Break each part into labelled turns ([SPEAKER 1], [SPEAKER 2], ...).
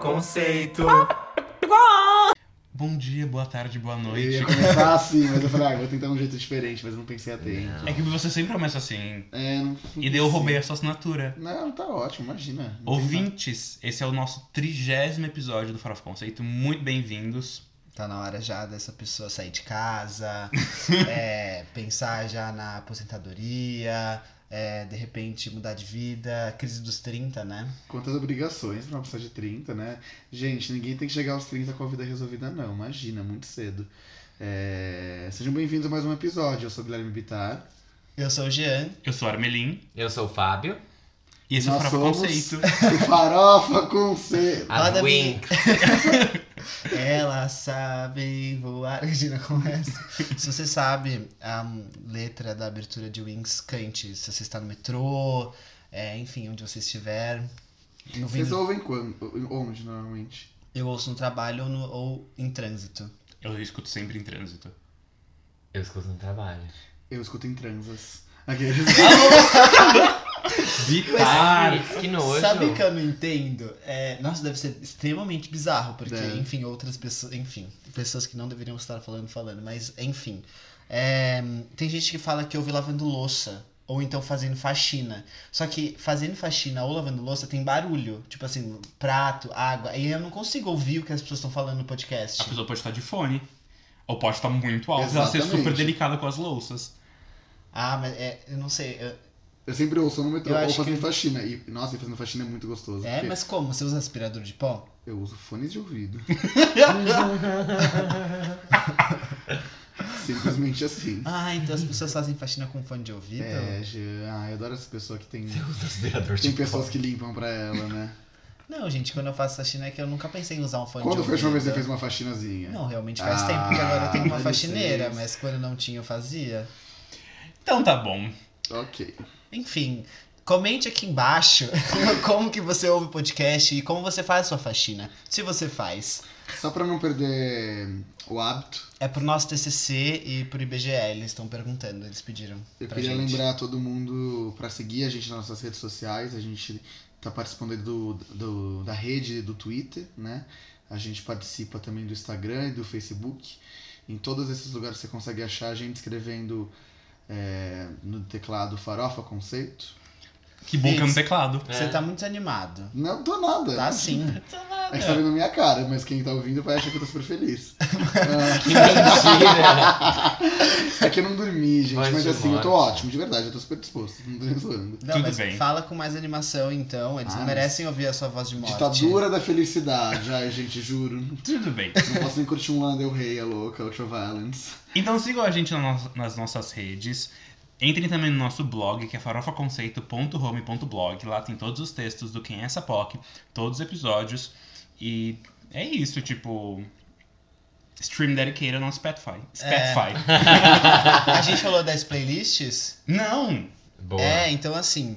[SPEAKER 1] conceito.
[SPEAKER 2] Bom dia, boa tarde, boa
[SPEAKER 3] Eu
[SPEAKER 2] noite.
[SPEAKER 3] ia começar assim, mas eu falei, ah, vou tentar um jeito diferente, mas eu não pensei até aí.
[SPEAKER 2] É que você sempre começa assim.
[SPEAKER 3] É, não.
[SPEAKER 2] E daí eu roubei a sua assinatura.
[SPEAKER 3] Não, tá ótimo, imagina. Não tem
[SPEAKER 2] Ouvintes, esse é o nosso trigésimo episódio do Farofa Conceito. Muito bem-vindos.
[SPEAKER 4] Tá na hora já dessa pessoa sair de casa, é, pensar já na aposentadoria, é, de repente mudar de vida, crise dos 30, né?
[SPEAKER 3] Quantas obrigações pra uma pessoa de 30, né? Gente, ninguém tem que chegar aos 30 com a vida resolvida, não. Imagina, muito cedo. É, Sejam bem-vindos a mais um episódio. Eu sou Guilherme Bittar.
[SPEAKER 4] Eu sou o Jean.
[SPEAKER 2] Eu sou o Armelin
[SPEAKER 1] Eu sou o Fábio.
[SPEAKER 2] e esse é o
[SPEAKER 3] Nós
[SPEAKER 2] Farofa
[SPEAKER 3] somos-
[SPEAKER 2] Conceito.
[SPEAKER 3] O Farofa com C.
[SPEAKER 1] A
[SPEAKER 4] Roda a
[SPEAKER 1] Wink.
[SPEAKER 4] Elas sabem voar. Regina começa. Se você sabe a letra da abertura de Wings, cante. Se você está no metrô, é, enfim, onde você estiver. No
[SPEAKER 3] Vocês
[SPEAKER 4] vindo,
[SPEAKER 3] ouvem quando? Onde, normalmente?
[SPEAKER 4] eu ouço no trabalho ou, no- ou em trânsito.
[SPEAKER 2] Eu escuto sempre em trânsito.
[SPEAKER 1] Eu escuto no trabalho.
[SPEAKER 3] Eu escuto em transas. Aqueles...
[SPEAKER 1] Bitar! Que nojo.
[SPEAKER 4] Sabe o que eu não entendo? É, nossa, deve ser extremamente bizarro, porque,
[SPEAKER 3] Deve.
[SPEAKER 4] enfim, outras pessoas. Enfim, pessoas que não deveriam estar falando, falando, mas, enfim. É, tem gente que fala que ouve lavando louça, ou então fazendo faxina. Só que fazendo faxina ou lavando louça tem barulho, tipo assim, prato, água. E eu não consigo ouvir o que as pessoas estão falando no podcast.
[SPEAKER 2] A pessoa pode estar de fone. Ou pode estar muito alta. Ela ser
[SPEAKER 3] Exatamente.
[SPEAKER 2] super delicada com as louças.
[SPEAKER 4] Ah, mas é, eu não sei. eu-
[SPEAKER 3] Eu sempre ouço no metrô
[SPEAKER 4] Eu
[SPEAKER 3] ou
[SPEAKER 4] acho
[SPEAKER 3] fazendo
[SPEAKER 4] que-
[SPEAKER 3] faxina. E, nossa, e fazendo faxina é muito gostoso.
[SPEAKER 4] é,
[SPEAKER 3] porque
[SPEAKER 4] mas como? Você usa aspirador de pó?
[SPEAKER 3] Eu uso fones de ouvido. Simplesmente assim.
[SPEAKER 4] Ah, então as pessoas fazem faxina com fone de ouvido?
[SPEAKER 3] É, Jean, ah, eu adoro essa pessoa que tem.
[SPEAKER 1] Você usa aspirador de
[SPEAKER 3] Tem pessoas
[SPEAKER 1] pó.
[SPEAKER 3] que limpam pra ela, né?
[SPEAKER 4] Não, gente, quando eu faço faxina é que eu nunca pensei em usar um fone
[SPEAKER 3] Quando
[SPEAKER 4] de
[SPEAKER 3] foi a
[SPEAKER 4] ouvido.
[SPEAKER 3] última vez que você fez uma faxinazinha?
[SPEAKER 4] Não, realmente faz
[SPEAKER 3] Ah,
[SPEAKER 4] tempo que agora eu tenho uma
[SPEAKER 3] dá
[SPEAKER 4] faxineira,
[SPEAKER 3] licença.
[SPEAKER 4] mas quando eu não tinha eu fazia.
[SPEAKER 2] Então tá bom.
[SPEAKER 3] Ok.
[SPEAKER 4] Enfim, comente aqui embaixo como que você ouve o podcast e como você faz a sua faxina. Se você faz.
[SPEAKER 3] Só pra não perder o hábito,
[SPEAKER 4] É pro nosso TCC e pro IBGE, eles estão perguntando, eles pediram
[SPEAKER 3] eu
[SPEAKER 4] pra
[SPEAKER 3] queria
[SPEAKER 4] gente.
[SPEAKER 3] lembrar todo mundo pra seguir a gente nas nossas redes sociais. A gente tá participando aí do, do- da rede do Twitter, né? A gente participa também do Instagram e do Facebook. Em todos esses lugares você consegue achar a gente escrevendo é, no teclado Farofa Conceito.
[SPEAKER 2] Que bom que é no
[SPEAKER 4] Isso.
[SPEAKER 2] teclado.
[SPEAKER 4] Você
[SPEAKER 1] É.
[SPEAKER 4] tá muito animado.
[SPEAKER 3] Não tô nada.
[SPEAKER 4] Tá sim.
[SPEAKER 3] É que tá vendo a minha cara, mas quem tá ouvindo vai achar que eu tô super feliz. Ah.
[SPEAKER 1] Que mentira.
[SPEAKER 3] É que eu não dormi, gente,
[SPEAKER 1] Voz
[SPEAKER 3] mas
[SPEAKER 1] de
[SPEAKER 3] assim, eu tô
[SPEAKER 1] morte.
[SPEAKER 3] ótimo, de verdade, eu tô super disposto, não tô nem zoando.
[SPEAKER 4] Não,
[SPEAKER 2] Tudo
[SPEAKER 4] mas
[SPEAKER 2] bem.
[SPEAKER 4] fala com mais animação então, eles
[SPEAKER 3] Ah,
[SPEAKER 4] não
[SPEAKER 3] mas-
[SPEAKER 4] merecem ouvir a sua voz de morte.
[SPEAKER 3] Ditadura da felicidade, ai, gente, juro. Não
[SPEAKER 2] Tudo bem.
[SPEAKER 3] posso nem curtir um Lana Del Rey, a louca, Ultra Violence.
[SPEAKER 2] Então sigam a gente na no- nas nossas redes. Entrem também no nosso blog, que é farofaconceito.home.blog. Lá tem todos os textos do Quem é essa POC, todos os episódios. E é isso, tipo. Stream dedicated ao nosso Spotify. Spotify.
[SPEAKER 5] É.
[SPEAKER 4] A gente falou das playlists?
[SPEAKER 2] Não!
[SPEAKER 1] Boa.
[SPEAKER 4] É, então assim,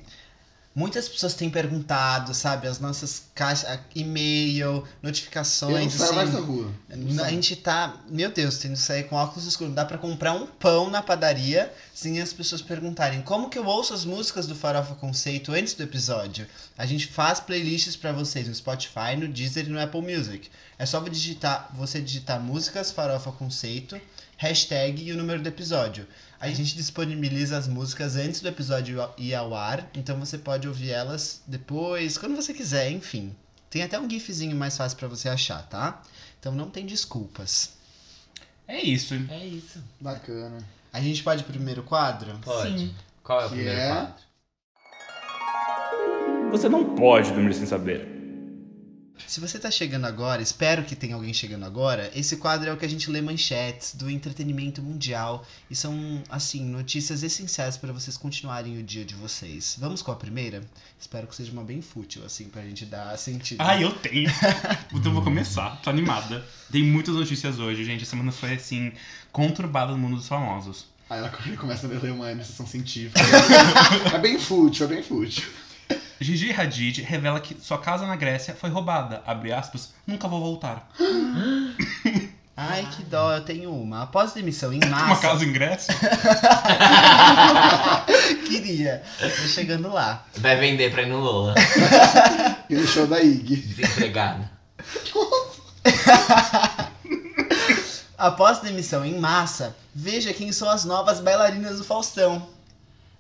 [SPEAKER 4] muitas pessoas têm perguntado, sabe, as nossas caixas, a- e-mail,
[SPEAKER 3] Eu não
[SPEAKER 4] notificações,
[SPEAKER 3] saio mais da
[SPEAKER 4] assim.
[SPEAKER 3] rua.
[SPEAKER 4] N- A gente tá, meu Deus, tendo que sair com óculos escuros. Não dá pra comprar um pão na padaria sem as pessoas perguntarem como que eu ouço as músicas do Farofa Conceito antes do episódio. A gente faz playlists pra vocês no Spotify, no Deezer e no Apple Music. É só você digitar, você digitar músicas Farofa Conceito, hashtag e o número do episódio. A gente disponibiliza as músicas antes do episódio ir ao ar, então você pode ouvir elas depois, quando você quiser, enfim. Tem até um gifzinho mais fácil pra você achar, tá? Então não tem desculpas.
[SPEAKER 2] É isso.
[SPEAKER 1] É isso.
[SPEAKER 3] Bacana.
[SPEAKER 4] A gente pode ir pro primeiro quadro?
[SPEAKER 1] Pode. Qual é o
[SPEAKER 3] Que
[SPEAKER 1] primeiro
[SPEAKER 3] é?
[SPEAKER 1] quadro?
[SPEAKER 5] Você não pode dormir sem saber.
[SPEAKER 4] Se você tá chegando agora, espero que tenha alguém chegando agora, esse quadro é o que a gente lê manchetes do entretenimento mundial e são, assim, notícias essenciais para vocês continuarem o dia de vocês. Vamos com a primeira? Espero que seja uma bem fútil, assim, pra gente dar sentido.
[SPEAKER 2] Ah, eu tenho! então eu vou começar. Tô animada. Tem muitas notícias hoje, gente. A semana foi assim, conturbada no mundo dos famosos.
[SPEAKER 3] Aí ela come- começa a ler uma sessão científica. é bem fútil, é bem fútil.
[SPEAKER 2] Gigi Hadid revela que sua casa na Grécia foi roubada. Abre aspas, nunca vou voltar.
[SPEAKER 4] Ai, que dó, eu tenho uma. Após demissão em
[SPEAKER 2] Uma
[SPEAKER 4] massa,
[SPEAKER 2] casa em Grécia?
[SPEAKER 4] queria. Tô chegando lá.
[SPEAKER 1] Vai vender pra ir no Lola.
[SPEAKER 3] E no show da Ig.
[SPEAKER 1] Desempregado.
[SPEAKER 4] Após demissão em massa, veja quem são as novas bailarinas do Faustão.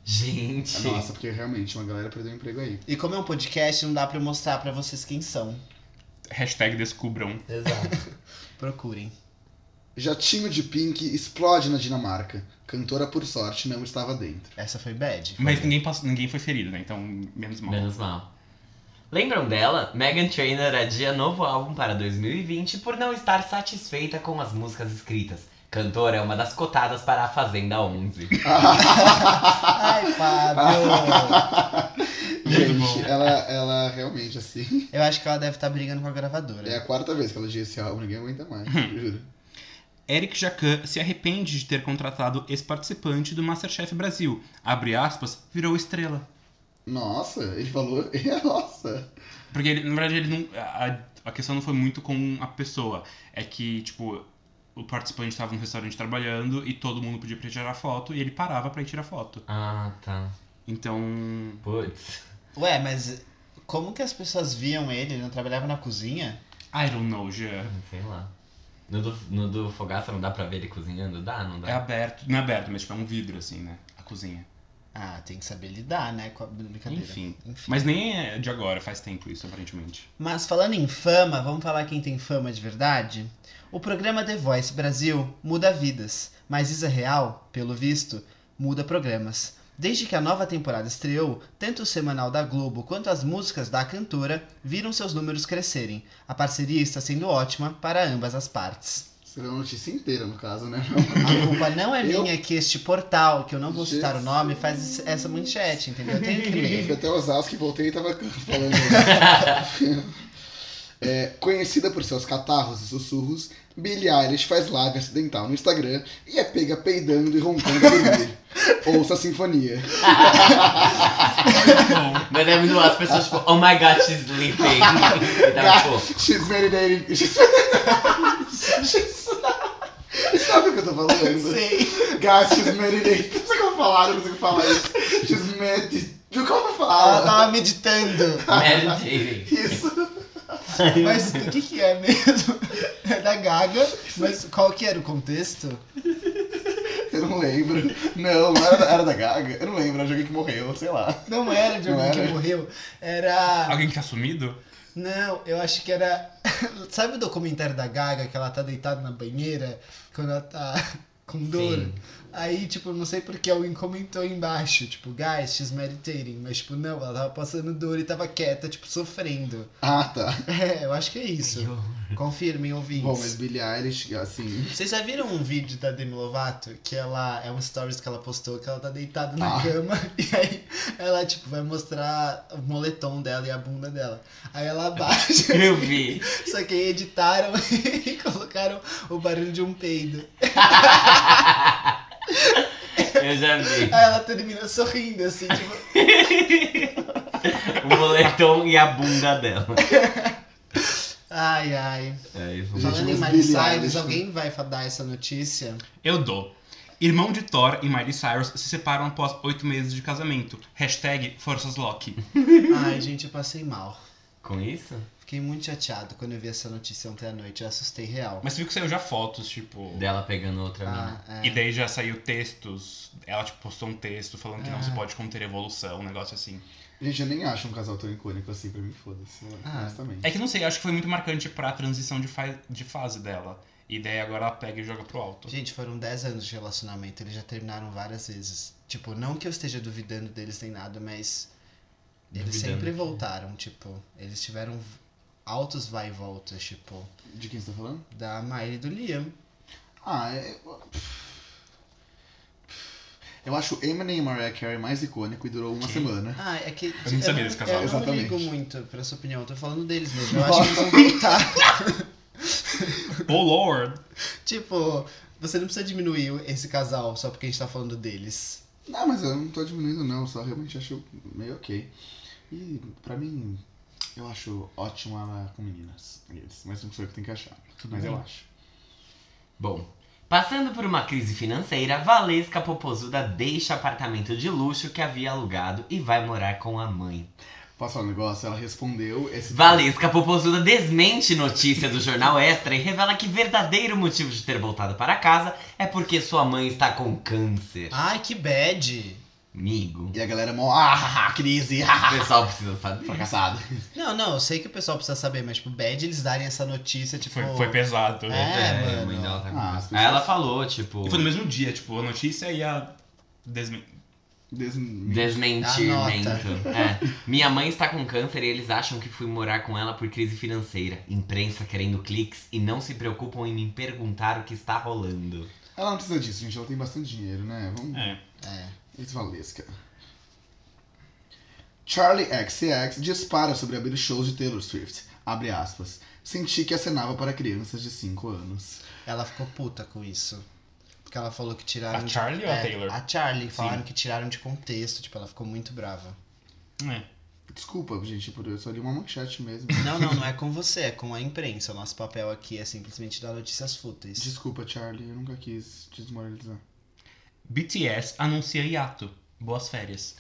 [SPEAKER 1] Gente.
[SPEAKER 3] Nossa, porque realmente uma galera perdeu o emprego aí.
[SPEAKER 4] E como é um podcast, não dá pra eu mostrar pra vocês quem são.
[SPEAKER 2] Hashtag descubram.
[SPEAKER 1] Exato.
[SPEAKER 4] Procurem.
[SPEAKER 3] Jatinho de Pink explode na Dinamarca. Cantora, por sorte, não estava dentro.
[SPEAKER 4] Essa foi bad.
[SPEAKER 2] Mas ninguém, passou- ninguém foi ferido, né? Então, menos mal.
[SPEAKER 1] Menos mal. Lembram dela? Megan Trainor adia novo álbum para 2020 por não estar satisfeita com as músicas escritas. Cantora é uma das cotadas para a Fazenda 11.
[SPEAKER 4] Ai, Fábio.
[SPEAKER 3] Gente, ela, ela realmente, assim.
[SPEAKER 4] Eu acho que ela deve estar brigando com a gravadora.
[SPEAKER 3] É a quarta vez que ela diz esse álbum, ninguém aguenta mais, juro.
[SPEAKER 2] Eric Jacan se arrepende de ter contratado esse participante do Masterchef Brasil. Abre aspas, virou estrela.
[SPEAKER 3] Nossa, ele falou. é, Nossa!
[SPEAKER 2] Porque, ele, na verdade, ele não, a, a questão não foi muito com a pessoa. É que, tipo, o participante estava no restaurante trabalhando e todo mundo podia pra ele tirar foto e ele parava pra ir tirar foto.
[SPEAKER 1] Ah, tá.
[SPEAKER 2] Então,
[SPEAKER 1] Putz.
[SPEAKER 4] Ué, mas como que as pessoas viam ele? Ele não trabalhava na cozinha?
[SPEAKER 2] I don't know, Jean.
[SPEAKER 1] Hum, Sei lá. No do, no do Fogaça não dá pra ver ele cozinhando? Dá? Não
[SPEAKER 4] né?
[SPEAKER 1] dá?
[SPEAKER 2] É aberto, não é aberto, mas tipo, é um vidro, assim, né? A cozinha.
[SPEAKER 4] Ah, tem que saber lidar, né? Com a brincadeira.
[SPEAKER 2] Enfim.
[SPEAKER 4] Enfim.
[SPEAKER 2] Mas nem é de agora, faz tempo isso, aparentemente.
[SPEAKER 4] Mas falando em fama, vamos falar quem tem fama de verdade? O programa The Voice Brasil muda vidas, mas Isa Real, pelo visto, muda programas. Desde que a nova temporada estreou, tanto o semanal da Globo quanto as músicas da cantora viram seus números crescerem. A parceria está sendo ótima para ambas as partes.
[SPEAKER 3] Será uma notícia inteira, no caso, né?
[SPEAKER 4] A culpa não é
[SPEAKER 3] Eu-
[SPEAKER 4] minha que este portal, que eu não vou citar o
[SPEAKER 3] Jesus.
[SPEAKER 4] nome, faz essa manchete, entendeu? Eu tenho que
[SPEAKER 3] Eu fui
[SPEAKER 4] ler.
[SPEAKER 3] até Osasco e voltei e tava falando. É, conhecida por seus catarros e sussurros, Billie Eilish faz live acidental no Instagram e é pega peidando e roncando a dormir. Ouça a sinfonia.
[SPEAKER 2] Bom,
[SPEAKER 1] Mas é muito bom, as pessoas tipo, oh my god, she's sleeping. e tava tipo,
[SPEAKER 3] She's marinating. She's marinating. She's... Sabe o que eu tô falando?
[SPEAKER 4] Sei.
[SPEAKER 3] Guys, she's marinating. Não sei como falar, eu não consigo falar isso. She's marinating. Como
[SPEAKER 4] Ela
[SPEAKER 3] fala?
[SPEAKER 4] tava meditando.
[SPEAKER 1] meditating.
[SPEAKER 3] Isso.
[SPEAKER 4] Mas o que, que é mesmo? É da Gaga, mas qual que era o contexto?
[SPEAKER 3] Eu não lembro. Não, não era, da- era da Gaga. Eu não lembro, era de alguém que morreu, sei lá.
[SPEAKER 4] Não era de
[SPEAKER 3] Não
[SPEAKER 4] alguém que
[SPEAKER 3] era?
[SPEAKER 4] morreu, era...
[SPEAKER 2] alguém que tá sumido?
[SPEAKER 4] Não, eu acho que era... Sabe o documentário da Gaga, que ela tá deitada na banheira, quando ela tá com dor?
[SPEAKER 1] Sim.
[SPEAKER 4] Aí, tipo, não sei porque alguém comentou aí embaixo, tipo, guys, she's meditating, mas tipo, não, ela tava passando dor e tava quieta, tipo, sofrendo.
[SPEAKER 3] Ah, tá.
[SPEAKER 4] É, eu acho que é isso. Confirmem, ouvintes.
[SPEAKER 3] Bom, mas Billie Eilish, assim.
[SPEAKER 4] Vocês já viram um vídeo da Demi Lovato? Que ela. É um stories que ela postou que ela tá deitada na
[SPEAKER 3] Ah.
[SPEAKER 4] cama e aí ela, tipo, vai mostrar o moletom dela e a bunda dela. Aí ela abaixa,
[SPEAKER 1] Eu vi.
[SPEAKER 4] só que aí editaram e colocaram o barulho de um peido.
[SPEAKER 1] Eu já vi.
[SPEAKER 4] Aí ela termina sorrindo, assim, tipo.
[SPEAKER 1] O moletom e a bunda dela.
[SPEAKER 4] Ai, ai.
[SPEAKER 1] É isso.
[SPEAKER 3] Gente,
[SPEAKER 4] Falando em
[SPEAKER 3] mas né?
[SPEAKER 4] Miley
[SPEAKER 3] Billie
[SPEAKER 4] Cyrus,
[SPEAKER 3] Eilish-
[SPEAKER 4] alguém vai fa- dar essa notícia?
[SPEAKER 2] Eu dou. Irmão de Thor e Miley Cyrus se separam após oito meses de casamento. Hashtag Forças Loki.
[SPEAKER 4] Ai, gente, eu passei mal.
[SPEAKER 1] Com isso?
[SPEAKER 4] Fiquei muito chateado quando eu vi essa notícia ontem à noite. Eu assustei real.
[SPEAKER 2] Mas você viu que saiu já fotos, tipo.
[SPEAKER 1] Dela pegando outra mina.
[SPEAKER 4] Ah, é.
[SPEAKER 2] E daí já saiu textos. Ela, tipo, postou um texto falando que não se
[SPEAKER 4] Ah.
[SPEAKER 2] pode conter evolução, um negócio assim.
[SPEAKER 3] Gente, eu nem acho um casal tão icônico assim pra mim, foda-se.
[SPEAKER 4] Ah.
[SPEAKER 3] Honestamente.
[SPEAKER 2] É que não sei, acho que foi muito marcante pra transição de, fa- de fase dela. E daí agora ela pega e joga pro alto.
[SPEAKER 4] Gente, foram 10 anos de relacionamento, eles já terminaram várias vezes. Tipo, não que eu esteja duvidando deles nem nada, mas eles
[SPEAKER 1] Duvidando.
[SPEAKER 4] sempre voltaram, tipo, eles tiveram altos vai e voltas, tipo,
[SPEAKER 3] De quem você tá falando?
[SPEAKER 4] da Miley e do Liam.
[SPEAKER 3] Ah, é. Eu acho Eminem e Mariah Carey mais icônico e durou uma
[SPEAKER 2] Que?
[SPEAKER 3] semana.
[SPEAKER 4] Ah, é que
[SPEAKER 2] Eu nem sabia desse casal.
[SPEAKER 4] Eu não
[SPEAKER 3] Exatamente.
[SPEAKER 4] ligo muito pra sua opinião, eu tô falando deles mesmo. Eu acho que eles vão voltar.
[SPEAKER 2] Oh Lord!
[SPEAKER 4] tipo, você não precisa diminuir esse casal só porque a gente tá falando deles.
[SPEAKER 3] Não, Ah, mas eu não tô diminuindo, não. Só realmente acho meio ok. E pra mim, eu acho ótimo ela com meninas. Eles. Mas não sou eu que tenho que achar. mas eu
[SPEAKER 2] bem.
[SPEAKER 3] acho.
[SPEAKER 1] Bom, passando por uma crise financeira, Valesca Popozuda deixa apartamento de luxo que havia alugado e vai morar com a mãe.
[SPEAKER 3] Posso falar um negócio? Ela respondeu esse.
[SPEAKER 1] Valesca Popozuda desmente notícia do jornal Extra e revela que verdadeiro motivo de ter voltado para casa é porque sua mãe está com câncer.
[SPEAKER 4] Ai, que bad.
[SPEAKER 1] Amigo.
[SPEAKER 3] E a galera mó. Ah, ha, ha, crise, ah,
[SPEAKER 1] O pessoal precisa saber.
[SPEAKER 3] fracassado.
[SPEAKER 4] Não, não, eu sei que o pessoal precisa saber, mas, tipo, bad eles darem essa notícia, tipo...
[SPEAKER 2] Foi, foi pesado.
[SPEAKER 4] É,
[SPEAKER 1] a mãe
[SPEAKER 4] mano.
[SPEAKER 1] dela tá com
[SPEAKER 3] Ah, as
[SPEAKER 1] câncer.
[SPEAKER 3] pessoas-
[SPEAKER 1] Aí ela falou, tipo,
[SPEAKER 2] E foi no mesmo dia, tipo, a notícia e a. Desme...
[SPEAKER 3] Desmi-
[SPEAKER 1] desmentimento.
[SPEAKER 4] Anota.
[SPEAKER 1] É. Minha mãe está com câncer e eles acham que fui morar com ela por crise financeira. Imprensa querendo cliques e não se preocupam em me perguntar o que está rolando.
[SPEAKER 3] Ela não precisa disso, gente. Ela tem bastante dinheiro, né? Vamos.
[SPEAKER 2] É.
[SPEAKER 4] É.
[SPEAKER 3] Eles Valesca. Charlie XCX dispara sobre abrir shows de Taylor Swift. Abre aspas. Senti que acenava para crianças de 5 anos.
[SPEAKER 4] Ela ficou puta com isso. Porque ela falou que
[SPEAKER 3] Tá
[SPEAKER 4] tiraram...
[SPEAKER 2] A
[SPEAKER 4] de-
[SPEAKER 2] Charlie ou a
[SPEAKER 4] é,
[SPEAKER 2] Taylor?
[SPEAKER 4] A Charlie. Falaram que tiraram de contexto, tipo, ela ficou muito brava.
[SPEAKER 2] É.
[SPEAKER 3] Desculpa, gente, por eu só li uma manchete mesmo.
[SPEAKER 4] Não, não, não é com você, é com a imprensa. O nosso papel aqui é simplesmente dar notícias fúteis.
[SPEAKER 3] Desculpa, Charlie, eu nunca quis desmoralizar.
[SPEAKER 2] BTS anuncia hiato. Boas férias.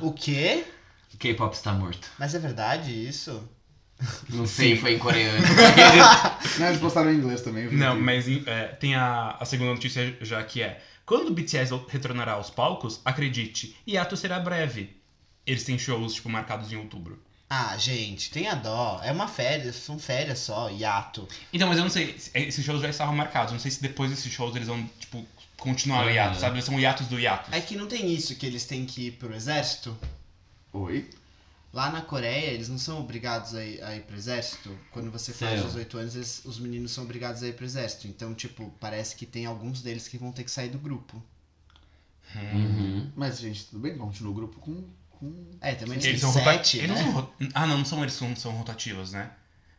[SPEAKER 4] O quê?
[SPEAKER 1] K-pop está morto.
[SPEAKER 4] Mas é verdade isso?
[SPEAKER 1] Não sei, foi em coreano.
[SPEAKER 3] Não, eles postaram em inglês também. eu vi
[SPEAKER 2] Não,
[SPEAKER 3] aqui.
[SPEAKER 2] mas é, tem a, a segunda notícia já que é: quando o BTS vol- retornará aos palcos, acredite, hiato será breve. Eles têm shows, tipo, marcados em outubro.
[SPEAKER 4] Ah, gente, tenha dó. É uma férias, são férias só, hiato.
[SPEAKER 2] Então, mas eu não sei, se- esses shows já estavam marcados. Não sei se depois desses shows eles vão, tipo, continuar o
[SPEAKER 1] Ah.
[SPEAKER 2] hiato, sabe? São hiatos do hiato.
[SPEAKER 4] É que não tem isso que eles têm que ir pro exército?
[SPEAKER 3] Oi?
[SPEAKER 4] Lá na Coreia, eles não são obrigados a ir, a ir pro exército? Quando você faz
[SPEAKER 1] São.
[SPEAKER 4] 18 anos, eles- os meninos são obrigados a ir pro exército. Então, tipo, parece que tem alguns deles que vão ter que sair do grupo.
[SPEAKER 1] Uhum.
[SPEAKER 3] Mas, gente, tudo bem? Continua o grupo com. com...
[SPEAKER 4] É, também eles,
[SPEAKER 2] Eles
[SPEAKER 4] têm
[SPEAKER 2] são
[SPEAKER 4] sete,
[SPEAKER 2] rotativos. Eles
[SPEAKER 4] né?
[SPEAKER 2] não são rot... Ah, não, não são eles são, são rotativos, né?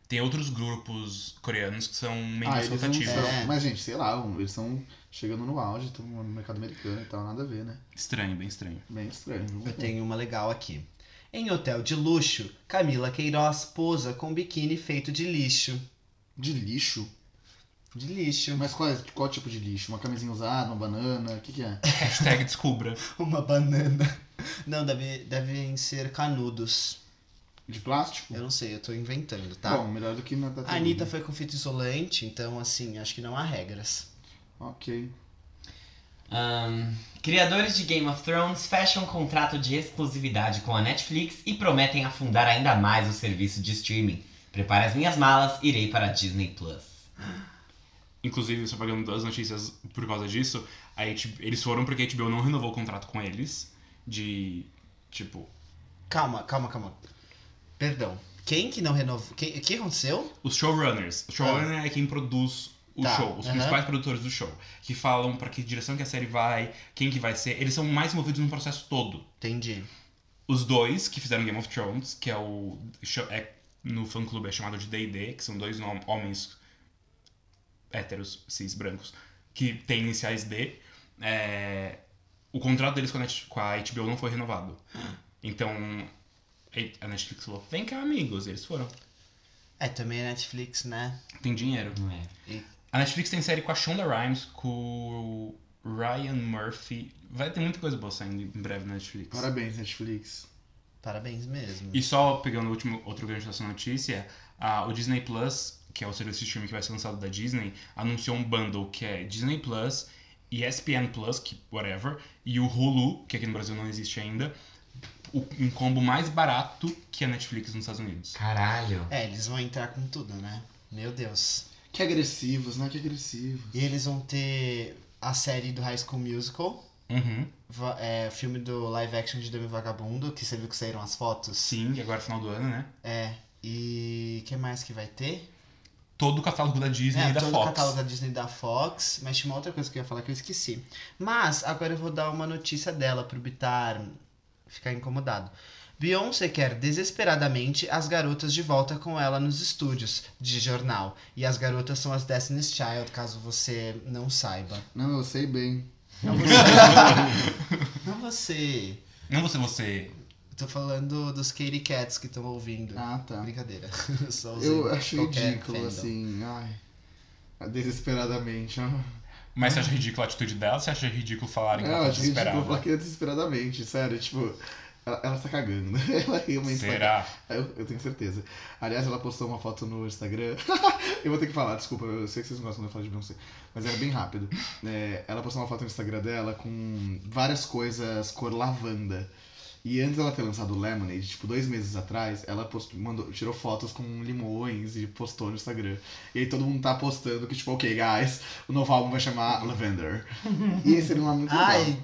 [SPEAKER 2] Tem outros grupos coreanos que são meio
[SPEAKER 3] Ah, eles não
[SPEAKER 2] rotativos.
[SPEAKER 3] são.
[SPEAKER 4] É.
[SPEAKER 3] Mas, gente, sei lá, um, eles estão chegando no auge, estão no mercado americano e tal, nada a ver, né?
[SPEAKER 2] Estranho, bem estranho.
[SPEAKER 3] Bem estranho.
[SPEAKER 4] Eu tenho uma legal aqui. Em hotel de luxo, Camila Queiroz posa com biquíni feito de lixo.
[SPEAKER 3] De lixo?
[SPEAKER 4] De lixo.
[SPEAKER 3] Mas qual, é- qual tipo de lixo? Uma camisinha usada, uma banana? O que, que é?
[SPEAKER 2] Hashtag descubra.
[SPEAKER 4] Uma banana. Não, deve, devem ser canudos.
[SPEAKER 3] De plástico?
[SPEAKER 4] Eu não sei, eu tô inventando, tá?
[SPEAKER 3] Bom, melhor do que na da
[SPEAKER 4] a Anitta
[SPEAKER 3] Taylor,
[SPEAKER 4] foi com fita isolante, então assim, acho que não há regras.
[SPEAKER 3] né? Ok.
[SPEAKER 1] Ahn, criadores de Game of Thrones fecham contrato de exclusividade com a Netflix e prometem afundar ainda mais o serviço de streaming. Prepare as minhas malas, irei para a Disney Plus.
[SPEAKER 2] Inclusive, só pagando duas notícias por causa disso. A H- eles foram porque a HBO não renovou o contrato com eles. De. Tipo.
[SPEAKER 4] Calma, calma, calma. Perdão. Quem que não renovou? Quem- O que aconteceu?
[SPEAKER 2] Os showrunners. O showrunner é quem produz o
[SPEAKER 4] Tá,
[SPEAKER 2] show. Os
[SPEAKER 4] aham.
[SPEAKER 2] principais produtores do show. Que falam pra que direção que a série vai, quem que vai ser. Eles são mais envolvidos no processo todo.
[SPEAKER 4] Entendi.
[SPEAKER 2] Os dois que fizeram Game of Thrones, que é o. cho- É, no fã clube é chamado de DD, que são dois nom- homens héteros, cis, brancos, que têm iniciais D. é, o contrato deles com a, Net- com a HBO não foi renovado. Então. e- A Netflix falou: vem cá, amigos. Eles foram.
[SPEAKER 4] É, também é Netflix, né?
[SPEAKER 2] Tem dinheiro.
[SPEAKER 1] Não é?
[SPEAKER 2] A Netflix tem série com a Shonda Rhimes, com o Ryan Murphy. Vai ter muita coisa boa saindo em breve na Netflix.
[SPEAKER 3] Parabéns, Netflix.
[SPEAKER 4] Parabéns mesmo.
[SPEAKER 2] E só pegando o último, outro gancho dessa notícia, a- o Disney Plus, que é o serviço de streaming que vai ser lançado da Disney, anunciou um bundle que é Disney Plus, ESPN Plus, que whatever, e o Hulu, que aqui no Brasil não existe ainda, o- um combo mais barato que a Netflix nos Estados Unidos.
[SPEAKER 1] Caralho.
[SPEAKER 4] É, eles vão entrar com tudo, né? Meu Deus.
[SPEAKER 3] Que agressivos, né? Que agressivos.
[SPEAKER 4] E eles vão ter a série do High School Musical,
[SPEAKER 2] Uhum.
[SPEAKER 4] va- é, filme do live action de Demi Vagabundo, que você viu que saíram as fotos.
[SPEAKER 2] Sim, e agora é final do ano, né?
[SPEAKER 4] É. E que mais que vai ter?
[SPEAKER 2] Todo o catálogo da Disney
[SPEAKER 4] É,
[SPEAKER 2] e da
[SPEAKER 4] todo o
[SPEAKER 2] Fox.
[SPEAKER 4] catálogo da Disney e da Fox, mas tinha uma outra coisa que eu ia falar que eu esqueci. Mas agora eu vou dar uma notícia dela pro Bitar ficar incomodado. Beyoncé quer desesperadamente as garotas de volta com ela nos estúdios de jornal. E as garotas são as Destiny's Child, caso você não saiba.
[SPEAKER 3] Não, eu sei bem.
[SPEAKER 4] Não você. não você.
[SPEAKER 2] Não você, você.
[SPEAKER 4] Eu tô falando dos Katy Cats que estão ouvindo.
[SPEAKER 3] Ah, tá.
[SPEAKER 4] Brincadeira. Só usei
[SPEAKER 3] Eu acho
[SPEAKER 4] qualquer
[SPEAKER 3] ridículo,
[SPEAKER 4] fandom.
[SPEAKER 3] assim. Ai. Desesperadamente. Ah,
[SPEAKER 2] Mas você acha ridícula a atitude dela? Você acha ridículo falarem que
[SPEAKER 3] eu
[SPEAKER 2] ela tá
[SPEAKER 3] acho ridículo
[SPEAKER 2] desesperada?
[SPEAKER 3] falar que é desesperadamente, sério. Tipo, Ela, ela tá cagando. Ela
[SPEAKER 4] é
[SPEAKER 3] realmente tá
[SPEAKER 2] Será?
[SPEAKER 3] Eu, eu tenho certeza. Aliás, ela postou uma foto no Instagram. eu vou ter que falar, desculpa, eu sei que vocês não gostam de falar de Beyoncé, mas era bem rápido. É, ela postou uma foto no Instagram dela com várias coisas cor lavanda. E antes dela ter lançado o Lemonade, tipo, dois meses atrás, ela postou, mandou, tirou fotos com limões e postou no Instagram. E aí todo mundo tá postando que, tipo, ok, guys, o novo álbum vai chamar Lavender. E esse era um nome muito legal.
[SPEAKER 4] Ai,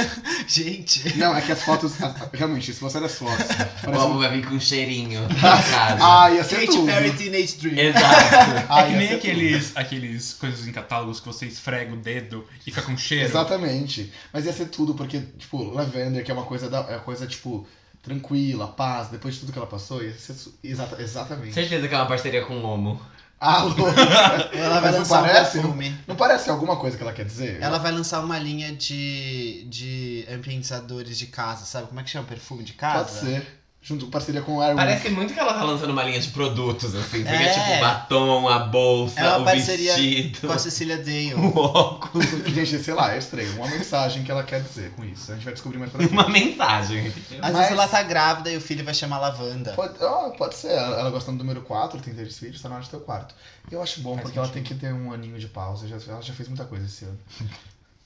[SPEAKER 4] gente.
[SPEAKER 3] Não, é que as fotos, as- realmente, se você olha as fotos,
[SPEAKER 1] O
[SPEAKER 3] parece um...
[SPEAKER 1] álbum vai vir com um cheirinho pra casa.
[SPEAKER 3] Ah, ia ser
[SPEAKER 4] Katy
[SPEAKER 3] tudo.
[SPEAKER 4] Perry Teenage Dream.
[SPEAKER 1] Exato.
[SPEAKER 3] Ah,
[SPEAKER 2] é que
[SPEAKER 3] ia
[SPEAKER 2] nem
[SPEAKER 3] ser
[SPEAKER 2] aqueles, aqueles coisas em catálogos que você esfrega o dedo e fica com cheiro.
[SPEAKER 3] Exatamente. Mas ia ser tudo, porque, tipo, Lavender, que é uma coisa da. É uma coisa, tipo, tranquila, paz, depois de tudo que ela passou, ia ser. su- Exata, exatamente.
[SPEAKER 1] Certeza que é uma parceria com o Momo.
[SPEAKER 3] Ah, louca.
[SPEAKER 4] Ela vai
[SPEAKER 3] Mas não
[SPEAKER 4] lançar um
[SPEAKER 3] parece?
[SPEAKER 4] perfume.
[SPEAKER 3] Não parece alguma coisa que ela quer dizer?
[SPEAKER 4] Ela vai lançar uma linha de, de ambientadores de casa, sabe? Como é que chama? Perfume de casa?
[SPEAKER 3] Pode ser. Junto com parceria com o Iron
[SPEAKER 1] Parece muito que ela tá lançando uma linha de produtos, assim. Porque,
[SPEAKER 4] É.
[SPEAKER 1] tipo, o batom, a bolsa,
[SPEAKER 4] É uma
[SPEAKER 1] o
[SPEAKER 4] parceria
[SPEAKER 1] vestido,
[SPEAKER 4] Com a Cecília Dale.
[SPEAKER 1] o óculos.
[SPEAKER 3] Gente, sei lá, é estranho. Uma mensagem que ela quer dizer com isso. A gente vai descobrir mais pra frente.
[SPEAKER 1] Uma mensagem.
[SPEAKER 4] Às
[SPEAKER 3] Mas-
[SPEAKER 4] vezes ela tá grávida e o filho vai chamar Lavanda.
[SPEAKER 3] Pode, ah, pode ser, ela ela gosta do número 4, tem três filhos, tá na hora de ter o quarto. Eu acho bom,
[SPEAKER 2] Faz
[SPEAKER 3] porque ela tem
[SPEAKER 2] sentido.
[SPEAKER 3] que ter um aninho de pausa, já- ela já fez muita coisa esse ano.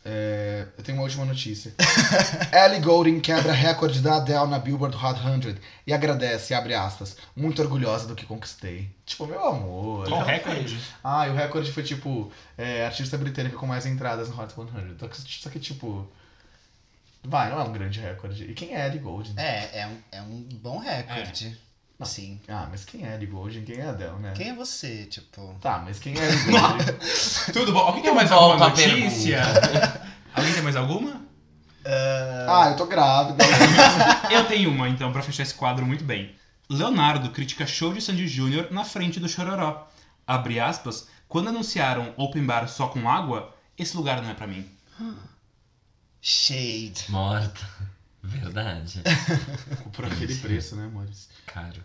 [SPEAKER 3] É, eu tenho uma última notícia. Ellie Goulding quebra recorde da Adele na Billboard Hot 100 e agradece, abre aspas, muito orgulhosa do que conquistei. Tipo, meu amor.
[SPEAKER 2] Com recorde.
[SPEAKER 3] Ah, e o recorde foi tipo, é, artista britânica com mais entradas no Hot 100. Só que, só que, tipo, vai, não é um grande recorde. E quem é Ellie Goulding?
[SPEAKER 4] É, é um, é um bom recorde. Sim.
[SPEAKER 3] Ah, mas quem é Ellie Goulding? Quem é Adele, né?
[SPEAKER 4] Quem é você, tipo?
[SPEAKER 3] Tá, mas quem é Ellie Goulding?
[SPEAKER 2] Tudo bom. Alguém tem
[SPEAKER 1] Eu
[SPEAKER 2] mais
[SPEAKER 1] volto
[SPEAKER 2] alguma
[SPEAKER 1] à pergunta.
[SPEAKER 2] notícia? Alguém tem mais alguma?
[SPEAKER 3] Ah, eu tô grávida.
[SPEAKER 2] Eu tenho uma, então, pra fechar esse quadro muito bem. Leonardo critica show de Sandy Júnior na frente do Chororó. Abre aspas, quando anunciaram open bar só com água, esse lugar não é pra mim.
[SPEAKER 4] Shade.
[SPEAKER 1] Morta. Verdade.
[SPEAKER 3] Por aquele preço, né, amores?
[SPEAKER 1] Caro.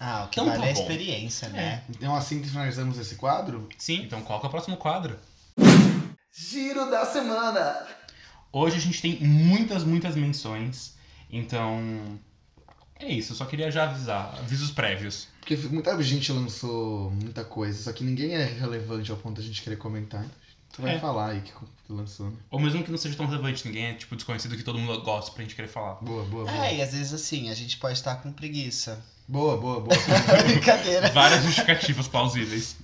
[SPEAKER 4] Ah, o que
[SPEAKER 2] Então
[SPEAKER 4] vale
[SPEAKER 2] tá
[SPEAKER 4] é a
[SPEAKER 2] bom.
[SPEAKER 4] experiência, né?
[SPEAKER 3] Então assim que finalizamos esse quadro.
[SPEAKER 2] Sim, então qual que é o próximo quadro?
[SPEAKER 3] Giro da semana!
[SPEAKER 2] Hoje a gente tem muitas, muitas menções, então... É isso, eu só queria já avisar, avisos prévios.
[SPEAKER 3] Porque muita gente lançou muita coisa, só que ninguém é relevante ao ponto de a gente querer comentar. Então tu vai
[SPEAKER 2] É.
[SPEAKER 3] falar aí que co- que lançou, né?
[SPEAKER 2] Ou mesmo que não seja tão relevante, ninguém é tipo desconhecido que todo mundo gosta pra gente querer falar.
[SPEAKER 3] Boa, boa, boa.
[SPEAKER 4] É, e às vezes assim, a gente pode estar com preguiça.
[SPEAKER 3] Boa, boa, boa.
[SPEAKER 4] Brincadeira.
[SPEAKER 2] Várias justificativas plausíveis.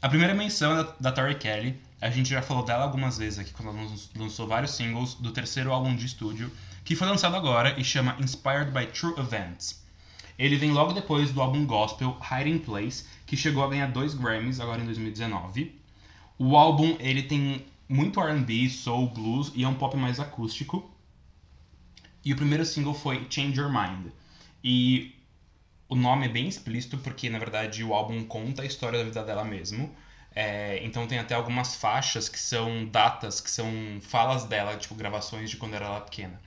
[SPEAKER 2] A primeira menção é da, da Tori Kelly. A gente já falou dela algumas vezes aqui quando ela lan- lançou vários singles do terceiro álbum de estúdio, que foi lançado agora e chama Inspired by True Events. Ele vem logo depois do álbum gospel Hiding Place, que chegou a ganhar dois Grammys agora em 2019. O álbum ele tem muito R&B, soul, blues e é um pop mais acústico. E o primeiro single foi Change Your Mind. E o nome é bem explícito porque, na verdade, o álbum conta a história da vida dela mesmo. É, então tem até algumas faixas que são datas, que são falas dela, tipo gravações de quando ela era pequena.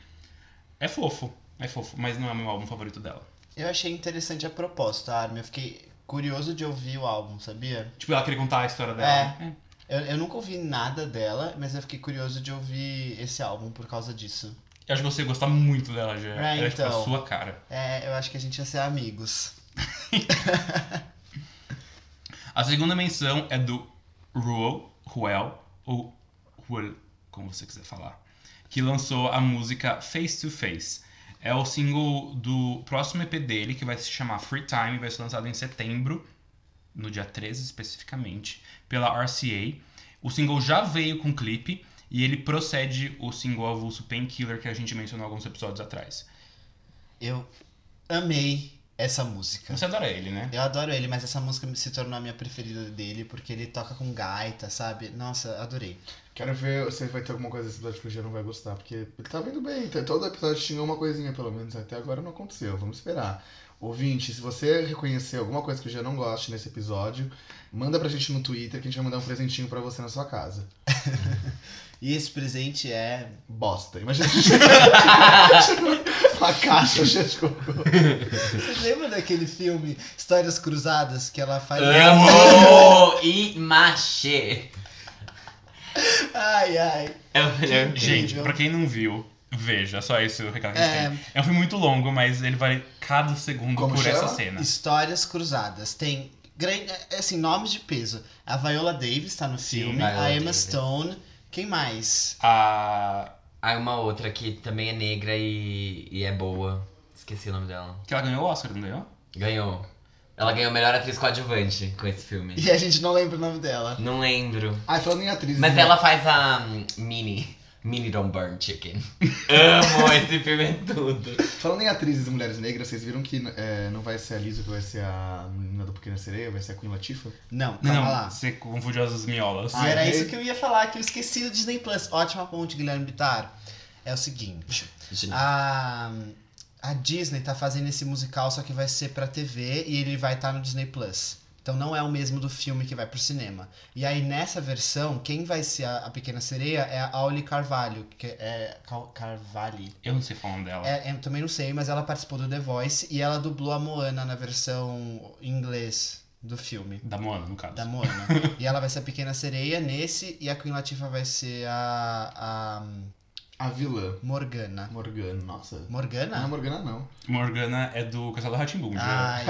[SPEAKER 2] É fofo, é fofo, mas não é o meu álbum favorito dela. Eu
[SPEAKER 4] Eu achei interessante a proposta, Armin. Eu fiquei curioso de ouvir o álbum, sabia?
[SPEAKER 2] Tipo, ela queria contar a história dela. É.
[SPEAKER 4] Eu, eu nunca ouvi nada dela, mas eu fiquei curioso de ouvir esse álbum por causa disso.
[SPEAKER 2] Eu acho que você ia gostar muito dela, já.
[SPEAKER 4] É,
[SPEAKER 2] Era tipo a
[SPEAKER 4] então.
[SPEAKER 2] sua cara.
[SPEAKER 4] É, eu acho que a gente ia ser amigos.
[SPEAKER 2] A segunda menção é do Ruel, Ruel, ou Ruel, como você quiser falar, que lançou a música Face to Face. É o single do próximo EP dele, que vai se chamar Free Time, vai ser lançado em setembro, no dia 13 especificamente, pela RCA. O single já veio com clipe e ele procede o single avulso Painkiller que a gente mencionou alguns episódios atrás.
[SPEAKER 4] Eu amei essa música.
[SPEAKER 2] Você adora ele, né?
[SPEAKER 4] Eu adoro ele, mas essa música se tornou a minha preferida dele porque ele toca com gaita, sabe? Nossa, adorei.
[SPEAKER 3] Quero ver se vai ter alguma coisa desse episódio que o Jean não vai gostar, porque ele tá vindo bem. tá- Todo episódio tinha uma coisinha, pelo menos até agora não aconteceu. Vamos esperar. Ouvinte, se você reconhecer alguma coisa que o Jean não goste nesse episódio, manda pra gente no Twitter que a gente vai mandar um presentinho pra você na sua casa.
[SPEAKER 4] E esse presente é.
[SPEAKER 3] Bosta. Imagina Chegou uma caixa cheia de cocô.
[SPEAKER 4] Vocês lembram daquele filme Histórias Cruzadas que ela faz.
[SPEAKER 1] É. Amo! e machê.
[SPEAKER 4] Ai, ai.
[SPEAKER 1] É o melhor.
[SPEAKER 2] Gente,
[SPEAKER 1] É
[SPEAKER 4] Incrível.
[SPEAKER 2] pra quem não viu, Veja, só isso o recado que a gente
[SPEAKER 4] É,
[SPEAKER 2] tem. É um filme muito longo, mas ele vale cada segundo
[SPEAKER 3] Como
[SPEAKER 2] por
[SPEAKER 3] chama?
[SPEAKER 2] essa cena.
[SPEAKER 4] Histórias cruzadas. Tem gran- assim, nomes de peso. A Viola Davis tá no
[SPEAKER 2] Sim,
[SPEAKER 4] filme,
[SPEAKER 1] Viola
[SPEAKER 4] a Emma
[SPEAKER 1] Davis.
[SPEAKER 4] Stone. Quem mais?
[SPEAKER 2] A...
[SPEAKER 1] Aí Ah, uma outra que também é negra e, e é boa. Esqueci o nome dela.
[SPEAKER 2] Que ela ganhou o Oscar, não ganhou?
[SPEAKER 1] Ganhou. Ela ganhou melhor atriz coadjuvante com esse filme.
[SPEAKER 4] E a gente não lembra o nome dela.
[SPEAKER 1] Não lembro.
[SPEAKER 3] Ah, e falando em atriz.
[SPEAKER 1] Mas ela faz a hum, Mini. Mini Don't Burn Chicken. Amo esse filme é tudo.
[SPEAKER 3] Falando em atrizes e mulheres negras, vocês viram que é, não vai ser a Lisa que vai ser a menina do Pequena Sereia, vai ser a Queen Latifah?
[SPEAKER 4] Não, calma
[SPEAKER 2] Não,
[SPEAKER 4] lá.
[SPEAKER 2] você confundiu as miolas.
[SPEAKER 4] Ah, era
[SPEAKER 3] errei.
[SPEAKER 4] isso que eu ia falar, que eu esqueci do Disney Plus. Ótima ponte, Guilherme Bittar. É o seguinte,
[SPEAKER 1] Gente,
[SPEAKER 4] Ah. a, a Disney tá fazendo esse musical, só que vai ser pra TV e ele vai estar no Disney Plus. Então não é o mesmo do filme que vai pro cinema. E aí nessa versão, quem vai ser a, a Pequena Sereia é a Auli Carvalho, que é Cal- Carvalho.
[SPEAKER 2] Eu não sei falar o nome dela.
[SPEAKER 4] É, eu também não sei, mas ela participou do The Voice e ela dublou a Moana na versão em inglês do filme.
[SPEAKER 2] Da Moana, no caso.
[SPEAKER 4] Da Moana. e ela vai ser a Pequena Sereia nesse, e a Queen Latifah vai ser a, a
[SPEAKER 3] A vilã.
[SPEAKER 4] Morgana.
[SPEAKER 3] Morgana, nossa. Não é
[SPEAKER 4] Morgana?
[SPEAKER 3] Morgana, não.
[SPEAKER 2] Morgana é do Castelo Ratimbum,
[SPEAKER 4] Ai,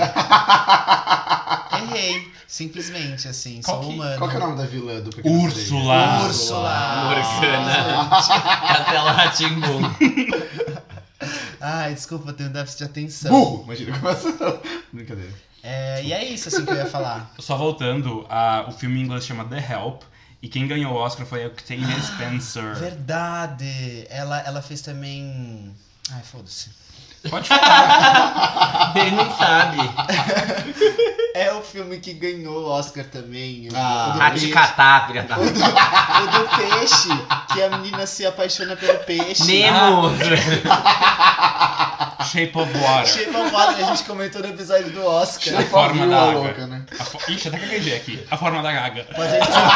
[SPEAKER 4] errei. Simplesmente, assim,
[SPEAKER 2] Qual
[SPEAKER 4] sou
[SPEAKER 2] que-
[SPEAKER 4] humano. Um
[SPEAKER 3] Qual que é o nome da vilã do Pequena Sereia?
[SPEAKER 2] Úrsula!
[SPEAKER 4] Úrsula!
[SPEAKER 1] Morgana. Castelo Ratimbum.
[SPEAKER 4] Ai, desculpa, eu tenho um déficit de atenção.
[SPEAKER 3] Burro! Imagina como essa. Brincadeira.
[SPEAKER 4] É, e é isso, assim, que eu ia falar.
[SPEAKER 2] Só voltando, a- o filme em inglês chama The Help. E quem ganhou o Oscar foi a
[SPEAKER 4] Ah.
[SPEAKER 2] Octavia Spencer.
[SPEAKER 4] Verdade! Ela, ela fez também... Ai, foda-se.
[SPEAKER 2] Pode falar.
[SPEAKER 1] Ele não sabe.
[SPEAKER 4] É o filme que ganhou o Oscar também. o-
[SPEAKER 3] Ah.
[SPEAKER 4] o do
[SPEAKER 1] A te
[SPEAKER 4] peixe.
[SPEAKER 1] catar, filha da...
[SPEAKER 4] O do, o do peixe, que a menina se apaixona pelo peixe.
[SPEAKER 1] Nemo.
[SPEAKER 2] Shape of Water.
[SPEAKER 4] Shape of Water, um a gente comentou no episódio do Oscar.
[SPEAKER 2] A forma
[SPEAKER 3] Viu
[SPEAKER 2] da
[SPEAKER 3] a
[SPEAKER 2] água.
[SPEAKER 3] louca, né?
[SPEAKER 2] A fo- Ixi, até caguejei aqui. A forma da gaga.
[SPEAKER 4] Mas a gente sabe-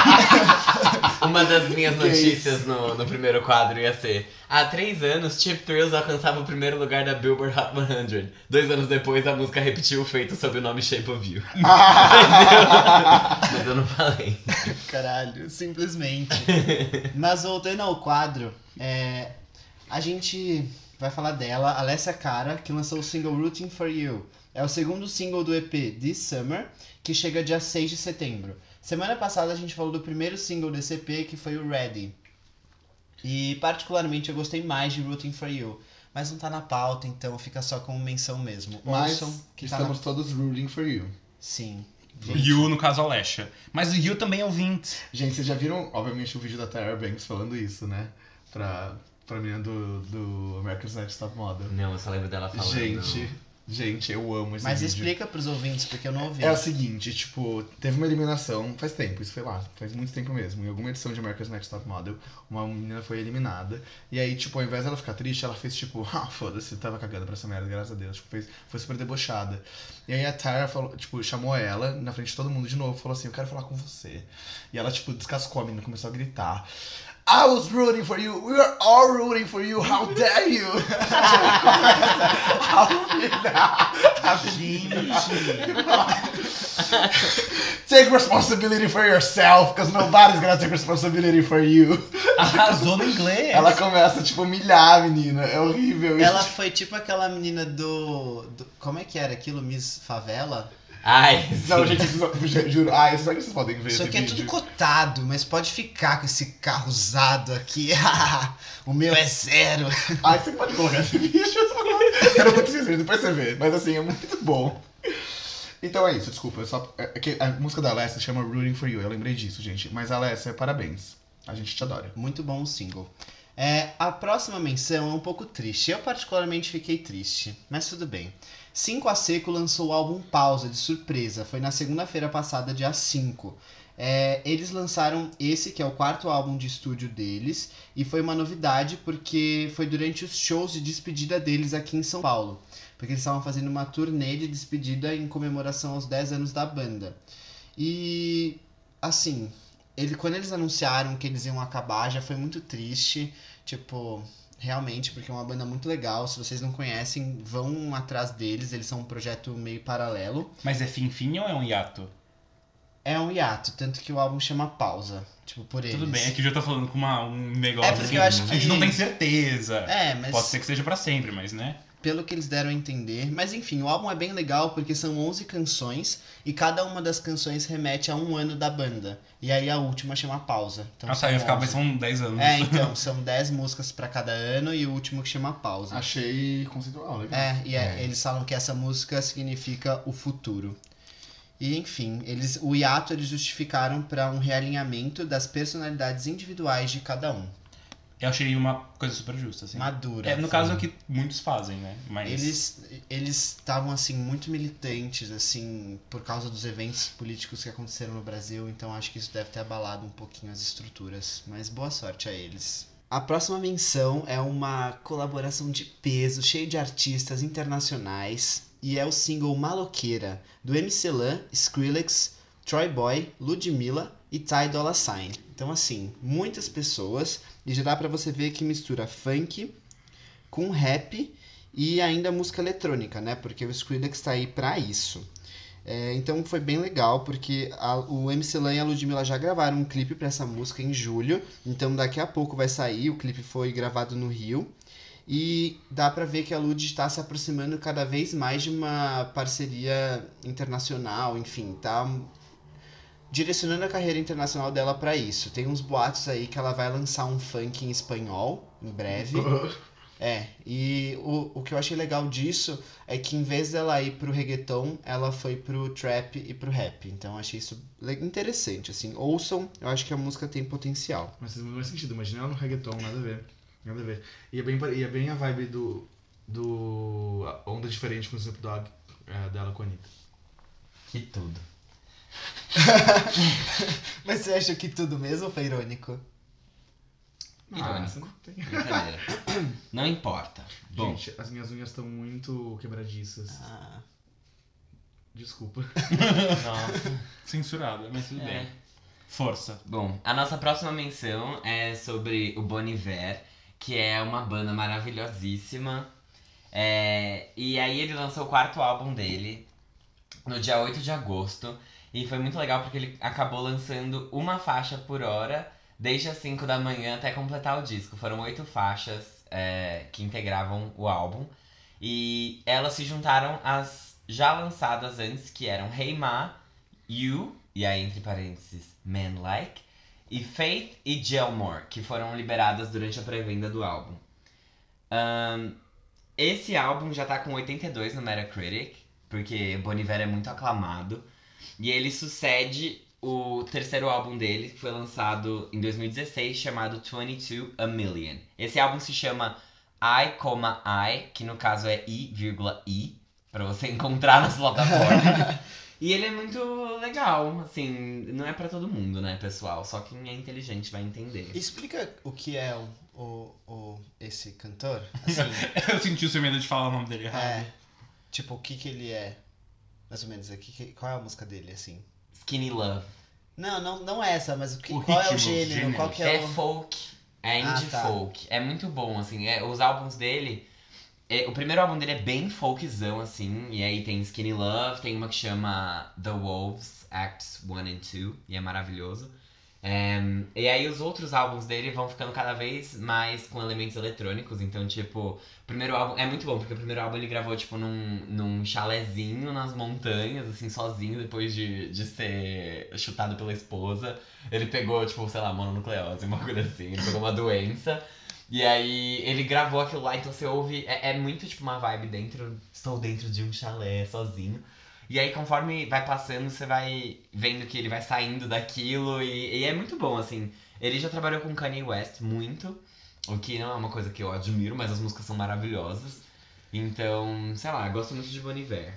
[SPEAKER 1] Uma das minhas
[SPEAKER 3] Que é
[SPEAKER 1] notícias no, no primeiro quadro ia ser: Há três anos, Chip Thrills alcançava o primeiro lugar da Billboard Hot 100. Dois anos depois, a música repetiu o feito sob o nome Shape of You. Mas eu não falei.
[SPEAKER 4] Caralho, simplesmente. Mas voltando ao quadro, é, a gente vai falar dela, Alessia Cara, que lançou o single Rooting for You. É o segundo single do EP This Summer, que chega dia 6 de setembro. Semana passada a gente falou do primeiro single desse EP, que foi o Ready. E particularmente eu gostei mais de Rooting for You. Mas não tá na pauta, então fica só como menção mesmo.
[SPEAKER 3] Mas
[SPEAKER 4] Ouçam, que tá na-
[SPEAKER 3] estamos todos rooting for you.
[SPEAKER 4] Sim.
[SPEAKER 2] You, no caso, a Lesha. Mas o You também é ouvinte.
[SPEAKER 3] Gente, vocês já viram, obviamente, o vídeo da Tyra Banks falando isso, né? Pra, pra menina do, do America's Next Top Model.
[SPEAKER 1] Não, eu só lembro dela falando.
[SPEAKER 3] Gente, gente, eu amo esse
[SPEAKER 4] Mas
[SPEAKER 3] vídeo.
[SPEAKER 4] explica pros ouvintes, porque eu não ouvi.
[SPEAKER 3] É o seguinte, tipo, teve uma eliminação faz tempo, isso foi lá, faz muito tempo mesmo. Em alguma edição de America's Next Top Model, uma menina foi eliminada. E aí, tipo, ao invés dela ficar triste, ela fez tipo, ah, foda-se, tava cagando pra essa merda, graças a Deus. Tipo, fez, foi super debochada. E aí a Tyra falou, tipo, chamou ela na frente de todo mundo de novo, falou assim, eu quero falar com você. E ela, tipo, descascou a menina, começou a gritar. I was rooting for you, we were all rooting for you, how dare you! Ao final, a Take responsibility for yourself, because nobody's gonna take responsibility for you.
[SPEAKER 2] Arrasou no inglês.
[SPEAKER 3] Ela começa, tipo, a humilhar a menina. É horrível.
[SPEAKER 4] Ela foi tipo aquela menina do, do- Como é que era aquilo? Miss Favela?
[SPEAKER 1] Ai,
[SPEAKER 3] Não,
[SPEAKER 1] sim.
[SPEAKER 3] gente, vocês não- ju- juro. Ah, isso que vocês podem ver
[SPEAKER 4] Isso
[SPEAKER 3] esse
[SPEAKER 4] aqui é
[SPEAKER 3] vídeo.
[SPEAKER 4] tudo cotado, mas pode ficar com esse carro usado aqui. o meu é zero.
[SPEAKER 3] Ah, você pode colocar esse vídeo. Eu não vou te dizer, depois você vê. Mas, assim, é muito bom. Então é isso, desculpa. eu só... é que a música da Alessia chama Rooting For You. Eu lembrei disso, gente. Mas, Alessia, parabéns. A gente te adora.
[SPEAKER 4] Muito bom o single. É, a próxima menção é um pouco triste. Eu particularmente fiquei triste, mas tudo bem. 5 a Seco lançou o álbum Pausa de surpresa. Foi na segunda-feira passada, dia 5. É, eles lançaram esse, que é o quarto álbum de estúdio deles, e foi uma novidade porque foi durante os shows de despedida deles aqui em São Paulo. Porque eles estavam fazendo uma turnê de despedida em comemoração aos 10 anos da banda. E assim, ele, quando eles anunciaram que eles iam acabar, já foi muito triste. Tipo, realmente, porque é uma banda muito legal. Se vocês não conhecem, vão atrás deles. Eles são um projeto meio paralelo.
[SPEAKER 2] Mas é fim-fim ou é um hiato?
[SPEAKER 4] é um hiato, tanto que o álbum chama Pausa. Tipo, por eles.
[SPEAKER 2] Tudo bem, é que eu já tô falando com uma, um negócio
[SPEAKER 4] É porque
[SPEAKER 2] assim,
[SPEAKER 4] eu acho
[SPEAKER 2] a gente
[SPEAKER 4] que-
[SPEAKER 2] não tem certeza.
[SPEAKER 4] É, mas
[SPEAKER 2] Pode ser que seja pra sempre, mas né?
[SPEAKER 4] pelo que eles deram a entender. Mas enfim, o álbum é bem legal porque são 11 canções e cada uma das canções remete a um ano da banda. E aí a última chama Pausa. Então,
[SPEAKER 2] Ah, tá,
[SPEAKER 4] são
[SPEAKER 2] ia ficar, mas
[SPEAKER 4] 11.
[SPEAKER 2] são 10 anos.
[SPEAKER 4] É, então, são 10 músicas pra cada ano e o último que chama Pausa.
[SPEAKER 3] Achei conceitual, legal.
[SPEAKER 4] É, e é-
[SPEAKER 3] É.
[SPEAKER 4] eles falam que essa música significa o futuro. E enfim, eles, o hiato eles justificaram para um realinhamento das personalidades individuais de cada um.
[SPEAKER 2] Eu achei uma coisa super justa, assim.
[SPEAKER 4] Madura.
[SPEAKER 2] É, no
[SPEAKER 4] foi.
[SPEAKER 2] caso é o que muitos fazem, né? Mas.
[SPEAKER 4] Eles eles estavam assim muito militantes assim por causa dos eventos políticos que aconteceram no Brasil, então acho que isso deve ter abalado um pouquinho as estruturas, mas boa sorte a eles. A próxima menção é uma colaboração de peso, cheio de artistas internacionais, e é o single Maloqueira do MC Lan, Skrillex, Troy Boy, Ludmilla e Ty Dolla Sign. Então assim, muitas pessoas e já dá pra você ver que mistura funk com rap e ainda música eletrônica, né? Porque o Skrillex tá aí pra isso. É, então foi bem legal, porque a- o MC Lan e a Ludmilla já gravaram um clipe pra essa música em julho, então daqui a pouco vai sair, o clipe foi gravado no Rio, e dá pra ver que a Lud tá se aproximando cada vez mais de uma parceria internacional, enfim, tá direcionando a carreira internacional dela pra isso. Tem uns boatos aí que ela vai lançar um funk em espanhol em breve. É, e o, o que eu achei legal disso é que em vez dela ir pro reggaeton, ela foi pro trap e pro rap. Então eu achei isso le- interessante, assim. Ouçam, eu acho que a música tem potencial.
[SPEAKER 3] Mas faz muito mais sentido, imagina ela no reggaeton, nada a ver. Nada a ver. E é bem, pare- e é bem a vibe do. do. a onda diferente com o Snoop Dogg é, dela com a Anitta.
[SPEAKER 1] Que tudo.
[SPEAKER 4] Mas você acha que tudo mesmo foi irônico?
[SPEAKER 1] Irônico.
[SPEAKER 3] essa Ah, não tem.
[SPEAKER 1] Brincadeira. Não importa. Bom,
[SPEAKER 3] Gente, as minhas unhas estão muito quebradiças.
[SPEAKER 4] Ah,
[SPEAKER 3] Desculpa.
[SPEAKER 1] nossa.
[SPEAKER 2] Censurada, mas tudo
[SPEAKER 1] É.
[SPEAKER 2] bem. Força.
[SPEAKER 1] Bom, a nossa próxima menção é sobre o Bon Iver, que é uma banda maravilhosíssima. É, e aí ele lançou o quarto álbum dele no dia 8 de agosto. E foi muito legal porque ele acabou lançando uma faixa por hora, desde as 5 da manhã até completar o disco. Foram oito faixas é, que integravam o álbum. E elas se juntaram às já lançadas antes, que eram Hey Ma, You, e aí entre parênteses, Man Like, e Faith e Gelmore, que foram liberadas durante a pré-venda do álbum. Ahn, esse álbum já tá com 82 no Metacritic, porque Bon Iver é muito aclamado. E ele sucede o terceiro álbum dele, que foi lançado em 2016, chamado 22 A Million. Esse álbum se chama I, comma, I, que no caso é I, vírgula, I, pra você encontrar nas plataformas. e ele é muito legal, assim, não é pra todo mundo, né, pessoal? Só quem é inteligente vai entender.
[SPEAKER 4] Explica o que é o, o, o- esse cantor? Assim,
[SPEAKER 2] Eu senti o seu medo de falar o nome dele errado.
[SPEAKER 4] é, tipo, o que que ele é? Mais ou menos, o que que- qual é a música dele, assim?
[SPEAKER 1] Skinny Love.
[SPEAKER 4] Não, não, não essa, mas o que,
[SPEAKER 2] O
[SPEAKER 4] qual é o
[SPEAKER 2] ritmo,
[SPEAKER 4] gênero?
[SPEAKER 2] gênero.
[SPEAKER 4] Qual que é,
[SPEAKER 1] É
[SPEAKER 4] o...
[SPEAKER 1] folk, é
[SPEAKER 4] Ah,
[SPEAKER 1] indie
[SPEAKER 4] tá.
[SPEAKER 1] folk. É muito bom, assim. é- os álbuns dele. é, o primeiro álbum dele é bem folkzão, assim. E aí tem Skinny Love, tem uma que chama The Wolves, Acts 1 and 2, e é maravilhoso. É, e aí os outros álbuns dele vão ficando cada vez mais com elementos eletrônicos. Então, tipo, o primeiro álbum. É muito bom, porque o primeiro álbum ele gravou, tipo, num, num chalezinho nas montanhas, assim, sozinho, depois de, de ser chutado pela esposa. Ele pegou, tipo, sei lá, mononucleose, uma coisa assim, ele pegou uma doença. E aí ele gravou aquilo lá, então você ouve. É, é muito tipo uma vibe dentro. Estou dentro de um chalé sozinho. E aí, conforme vai passando, você vai vendo que ele vai saindo daquilo. E, e é muito bom, assim. Ele já trabalhou com Kanye West muito. O que não é uma coisa que eu admiro, mas as músicas são maravilhosas. Então, sei lá, gosto muito de Bon Iver.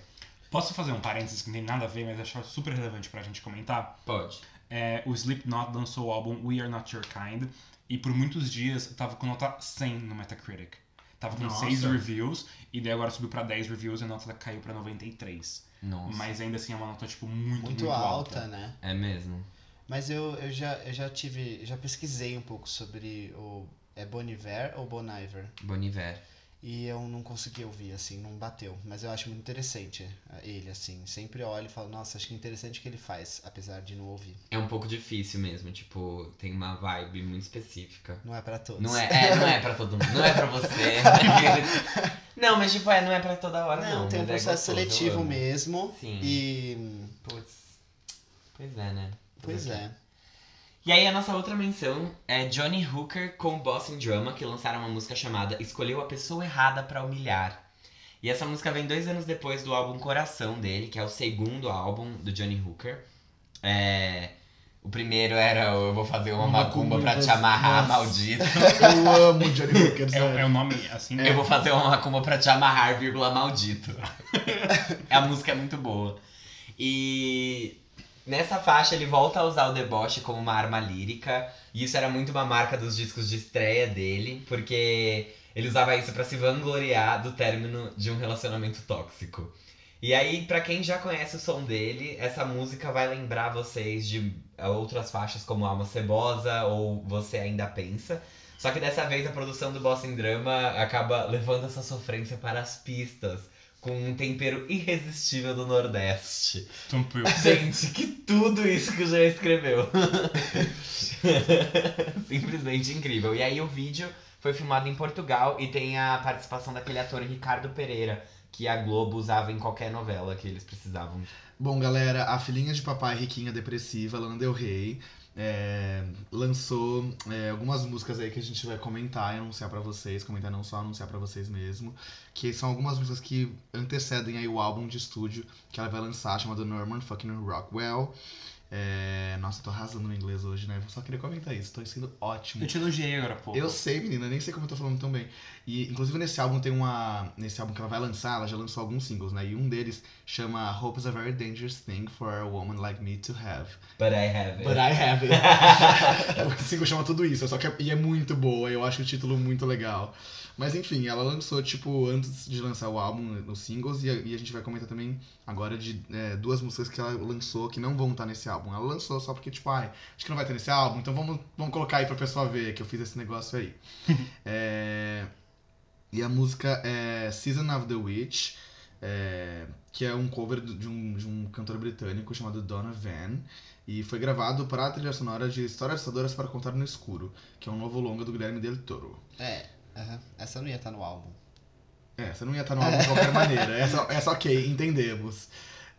[SPEAKER 2] Posso fazer um parênteses que não tem nada a ver, mas acho super relevante pra gente comentar?
[SPEAKER 1] Pode.
[SPEAKER 2] É, o Slipknot lançou o álbum We Are Not Your Kind e por muitos dias tava com nota 100 no Metacritic. Tava com
[SPEAKER 3] Nossa.
[SPEAKER 2] 6 reviews e daí agora subiu pra 10 reviews e a nota caiu pra 93.
[SPEAKER 1] Nossa.
[SPEAKER 2] Mas ainda assim é uma nota tipo muito, muito,
[SPEAKER 4] Muito
[SPEAKER 2] alta.
[SPEAKER 4] alta, né?
[SPEAKER 1] É mesmo.
[SPEAKER 4] Mas eu, eu, já, eu já tive, já pesquisei um pouco sobre o é Bon Iver ou Bon Iver.
[SPEAKER 1] Bon Iver.
[SPEAKER 4] E eu não consegui ouvir, assim, não bateu. Mas eu acho muito interessante eh, ele, assim. Sempre olho e falo, nossa, acho que é interessante o que ele faz, apesar de não ouvir.
[SPEAKER 1] É um pouco difícil mesmo, tipo, tem uma vibe muito específica.
[SPEAKER 4] Não é pra todos.
[SPEAKER 1] Não é, é, não é pra todo mundo, não é pra você. Aqueles- não, mas tipo, é, não é pra toda hora, não.
[SPEAKER 4] Não, tem um
[SPEAKER 1] mas é
[SPEAKER 4] processo
[SPEAKER 1] gostoso, eu
[SPEAKER 4] seletivo
[SPEAKER 1] amo.
[SPEAKER 4] mesmo.
[SPEAKER 1] Sim.
[SPEAKER 4] E.
[SPEAKER 1] Putz. Pois é, né?
[SPEAKER 4] Pois
[SPEAKER 1] Fazer o quê?
[SPEAKER 4] é.
[SPEAKER 1] E aí a nossa outra menção é Johnny Hooker com Boston Drama, que lançaram uma música chamada Escolheu a Pessoa Errada pra Humilhar. E essa música vem dois anos depois do álbum Coração dele, que é o segundo álbum do Johnny Hooker. É, O primeiro era o Eu Vou Fazer Uma,
[SPEAKER 3] Uma
[SPEAKER 1] Macumba
[SPEAKER 3] Macumba,
[SPEAKER 1] Pra Te Amarrar,
[SPEAKER 3] nossa.
[SPEAKER 1] Maldito.
[SPEAKER 3] Eu amo Johnny Hooker,
[SPEAKER 2] É, o-
[SPEAKER 3] sério.
[SPEAKER 2] é o nome, assim.
[SPEAKER 1] Eu vou fazer uma macumba pra te amarrar, vírgula maldito. a música é muito boa. E nessa faixa ele volta a usar o deboche como uma arma lírica. E isso era muito uma marca dos discos de estreia dele, porque ele usava isso pra se vangloriar do término de um relacionamento tóxico. E aí, pra quem já conhece o som dele, essa música vai lembrar vocês de outras faixas como Alma Cebosa ou Você Ainda Pensa. Só que dessa vez a produção do Bossa em Drama acaba levando essa sofrência para as pistas, com um tempero irresistível do Nordeste.
[SPEAKER 2] Tom Pruitt.
[SPEAKER 1] Gente, que tudo isso que o Jean escreveu. Simplesmente incrível. E aí o vídeo foi filmado em Portugal e tem a participação daquele ator Ricardo Pereira, que a Globo usava em qualquer novela que eles precisavam.
[SPEAKER 3] Bom, galera, a filhinha de papai riquinha depressiva, Lana Del Rey, é, lançou é, algumas músicas aí que a gente vai comentar e anunciar pra vocês, comentar não só, anunciar pra vocês mesmo, que são algumas músicas que antecedem aí o álbum de estúdio que ela vai lançar, chamado Norman Fucking Rockwell. É, nossa, tô arrasando no inglês hoje, né? Eu só queria comentar isso, tô sendo ótimo.
[SPEAKER 2] Eu te elogiei agora, pô.
[SPEAKER 3] Eu sei, menina, nem sei como eu tô falando tão bem. E, inclusive, nesse álbum tem uma. Nesse álbum que ela vai lançar, ela já lançou alguns singles, né? E um deles chama Hope is a Very Dangerous Thing for a Woman Like Me to Have.
[SPEAKER 1] But I have
[SPEAKER 3] But
[SPEAKER 1] it.
[SPEAKER 3] I have it. o single chama tudo isso, só que é, e é muito boa, eu acho o título muito legal. Mas enfim, ela lançou, tipo, antes de lançar o álbum, os singles, e a, e a gente vai comentar também agora de é, duas músicas que ela lançou que não vão estar nesse álbum. Ela lançou só porque, tipo, ai, acho que não vai ter nesse álbum, então vamos, vamos colocar aí pra pessoa ver que eu fiz esse negócio aí. É, e a música é Season of the Witch. é, que é um cover do- de um, de um cantor britânico chamado Donovan. E foi gravado para a trilha sonora de Histórias Assustadoras para Contar no Escuro, que é um novo longa do Guilherme Del Toro.
[SPEAKER 4] É. aham. Essa não ia estar no álbum.
[SPEAKER 3] É, você não ia estar no álbum de qualquer maneira. É Essa, essa ok, entendemos.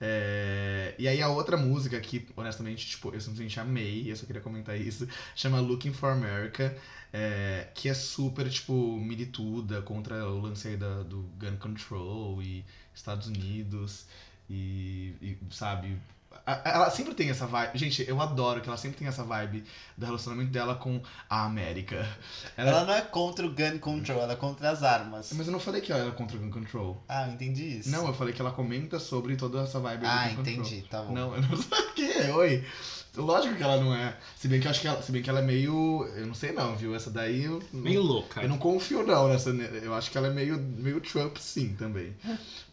[SPEAKER 3] É, e aí a outra música que, honestamente, tipo, eu simplesmente amei, eu só queria comentar isso, chama Looking for America, é, que é super, tipo, milituda contra o lance aí da, do gun control e Estados Unidos e, e, sabe... a- Ela sempre tem essa vibe. Gente, eu adoro que ela sempre tem essa vibe do relacionamento dela com a América.
[SPEAKER 4] Ela...
[SPEAKER 3] Ela-
[SPEAKER 4] não é contra o gun control, ela é contra as armas.
[SPEAKER 3] Mas eu não falei que ela era contra o gun control.
[SPEAKER 4] Ah, eu entendi isso.
[SPEAKER 3] Não, é, eu falei que ela comenta sobre toda essa vibe. aí do
[SPEAKER 4] Ah,
[SPEAKER 3] Gun Control.
[SPEAKER 4] entendi, tá bom.
[SPEAKER 3] Não, é. eu não sei o que, oi. Lógico que ela não é. Se bem que eu acho que ela, se bem que ela é meio. Eu não sei não, viu? Essa daí eu.
[SPEAKER 2] Meio louca.
[SPEAKER 3] Eu não confio não nessa. Eu acho que ela é meio, meio Trump sim também.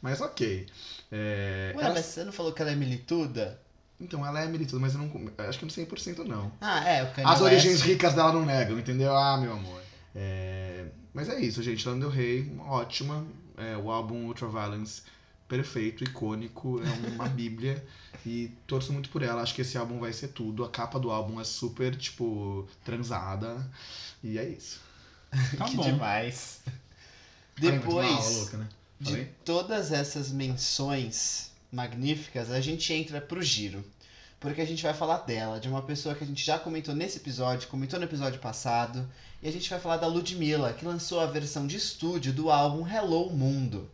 [SPEAKER 3] Mas ok. É,
[SPEAKER 4] Ué,
[SPEAKER 3] ela-
[SPEAKER 4] mas você não falou que ela é milituda?
[SPEAKER 3] Então ela é milituda, mas eu não. Acho que não 100% não.
[SPEAKER 4] Ah, é, o Kanye
[SPEAKER 3] As
[SPEAKER 4] West-
[SPEAKER 3] origens ricas dela não negam, entendeu? Ah, meu amor. É, Mas é isso, gente. Lana Del Rey, ótima. É, o álbum Ultraviolence, perfeito, icônico. É uma bíblia. E torço muito por ela. Acho que esse álbum vai ser tudo. A capa do álbum é super, tipo, transada. E é isso.
[SPEAKER 2] Tá
[SPEAKER 4] que
[SPEAKER 2] bom.
[SPEAKER 4] demais.
[SPEAKER 3] Falei muito mal,
[SPEAKER 4] Depois
[SPEAKER 3] louca, né?
[SPEAKER 4] de
[SPEAKER 3] Falei?
[SPEAKER 4] todas essas menções magníficas, a gente entra pro giro. Porque a gente vai falar dela, de uma pessoa que a gente já comentou nesse episódio, comentou no episódio passado, e a gente vai falar da Ludmilla, que lançou a versão de estúdio do álbum Hello Mundo.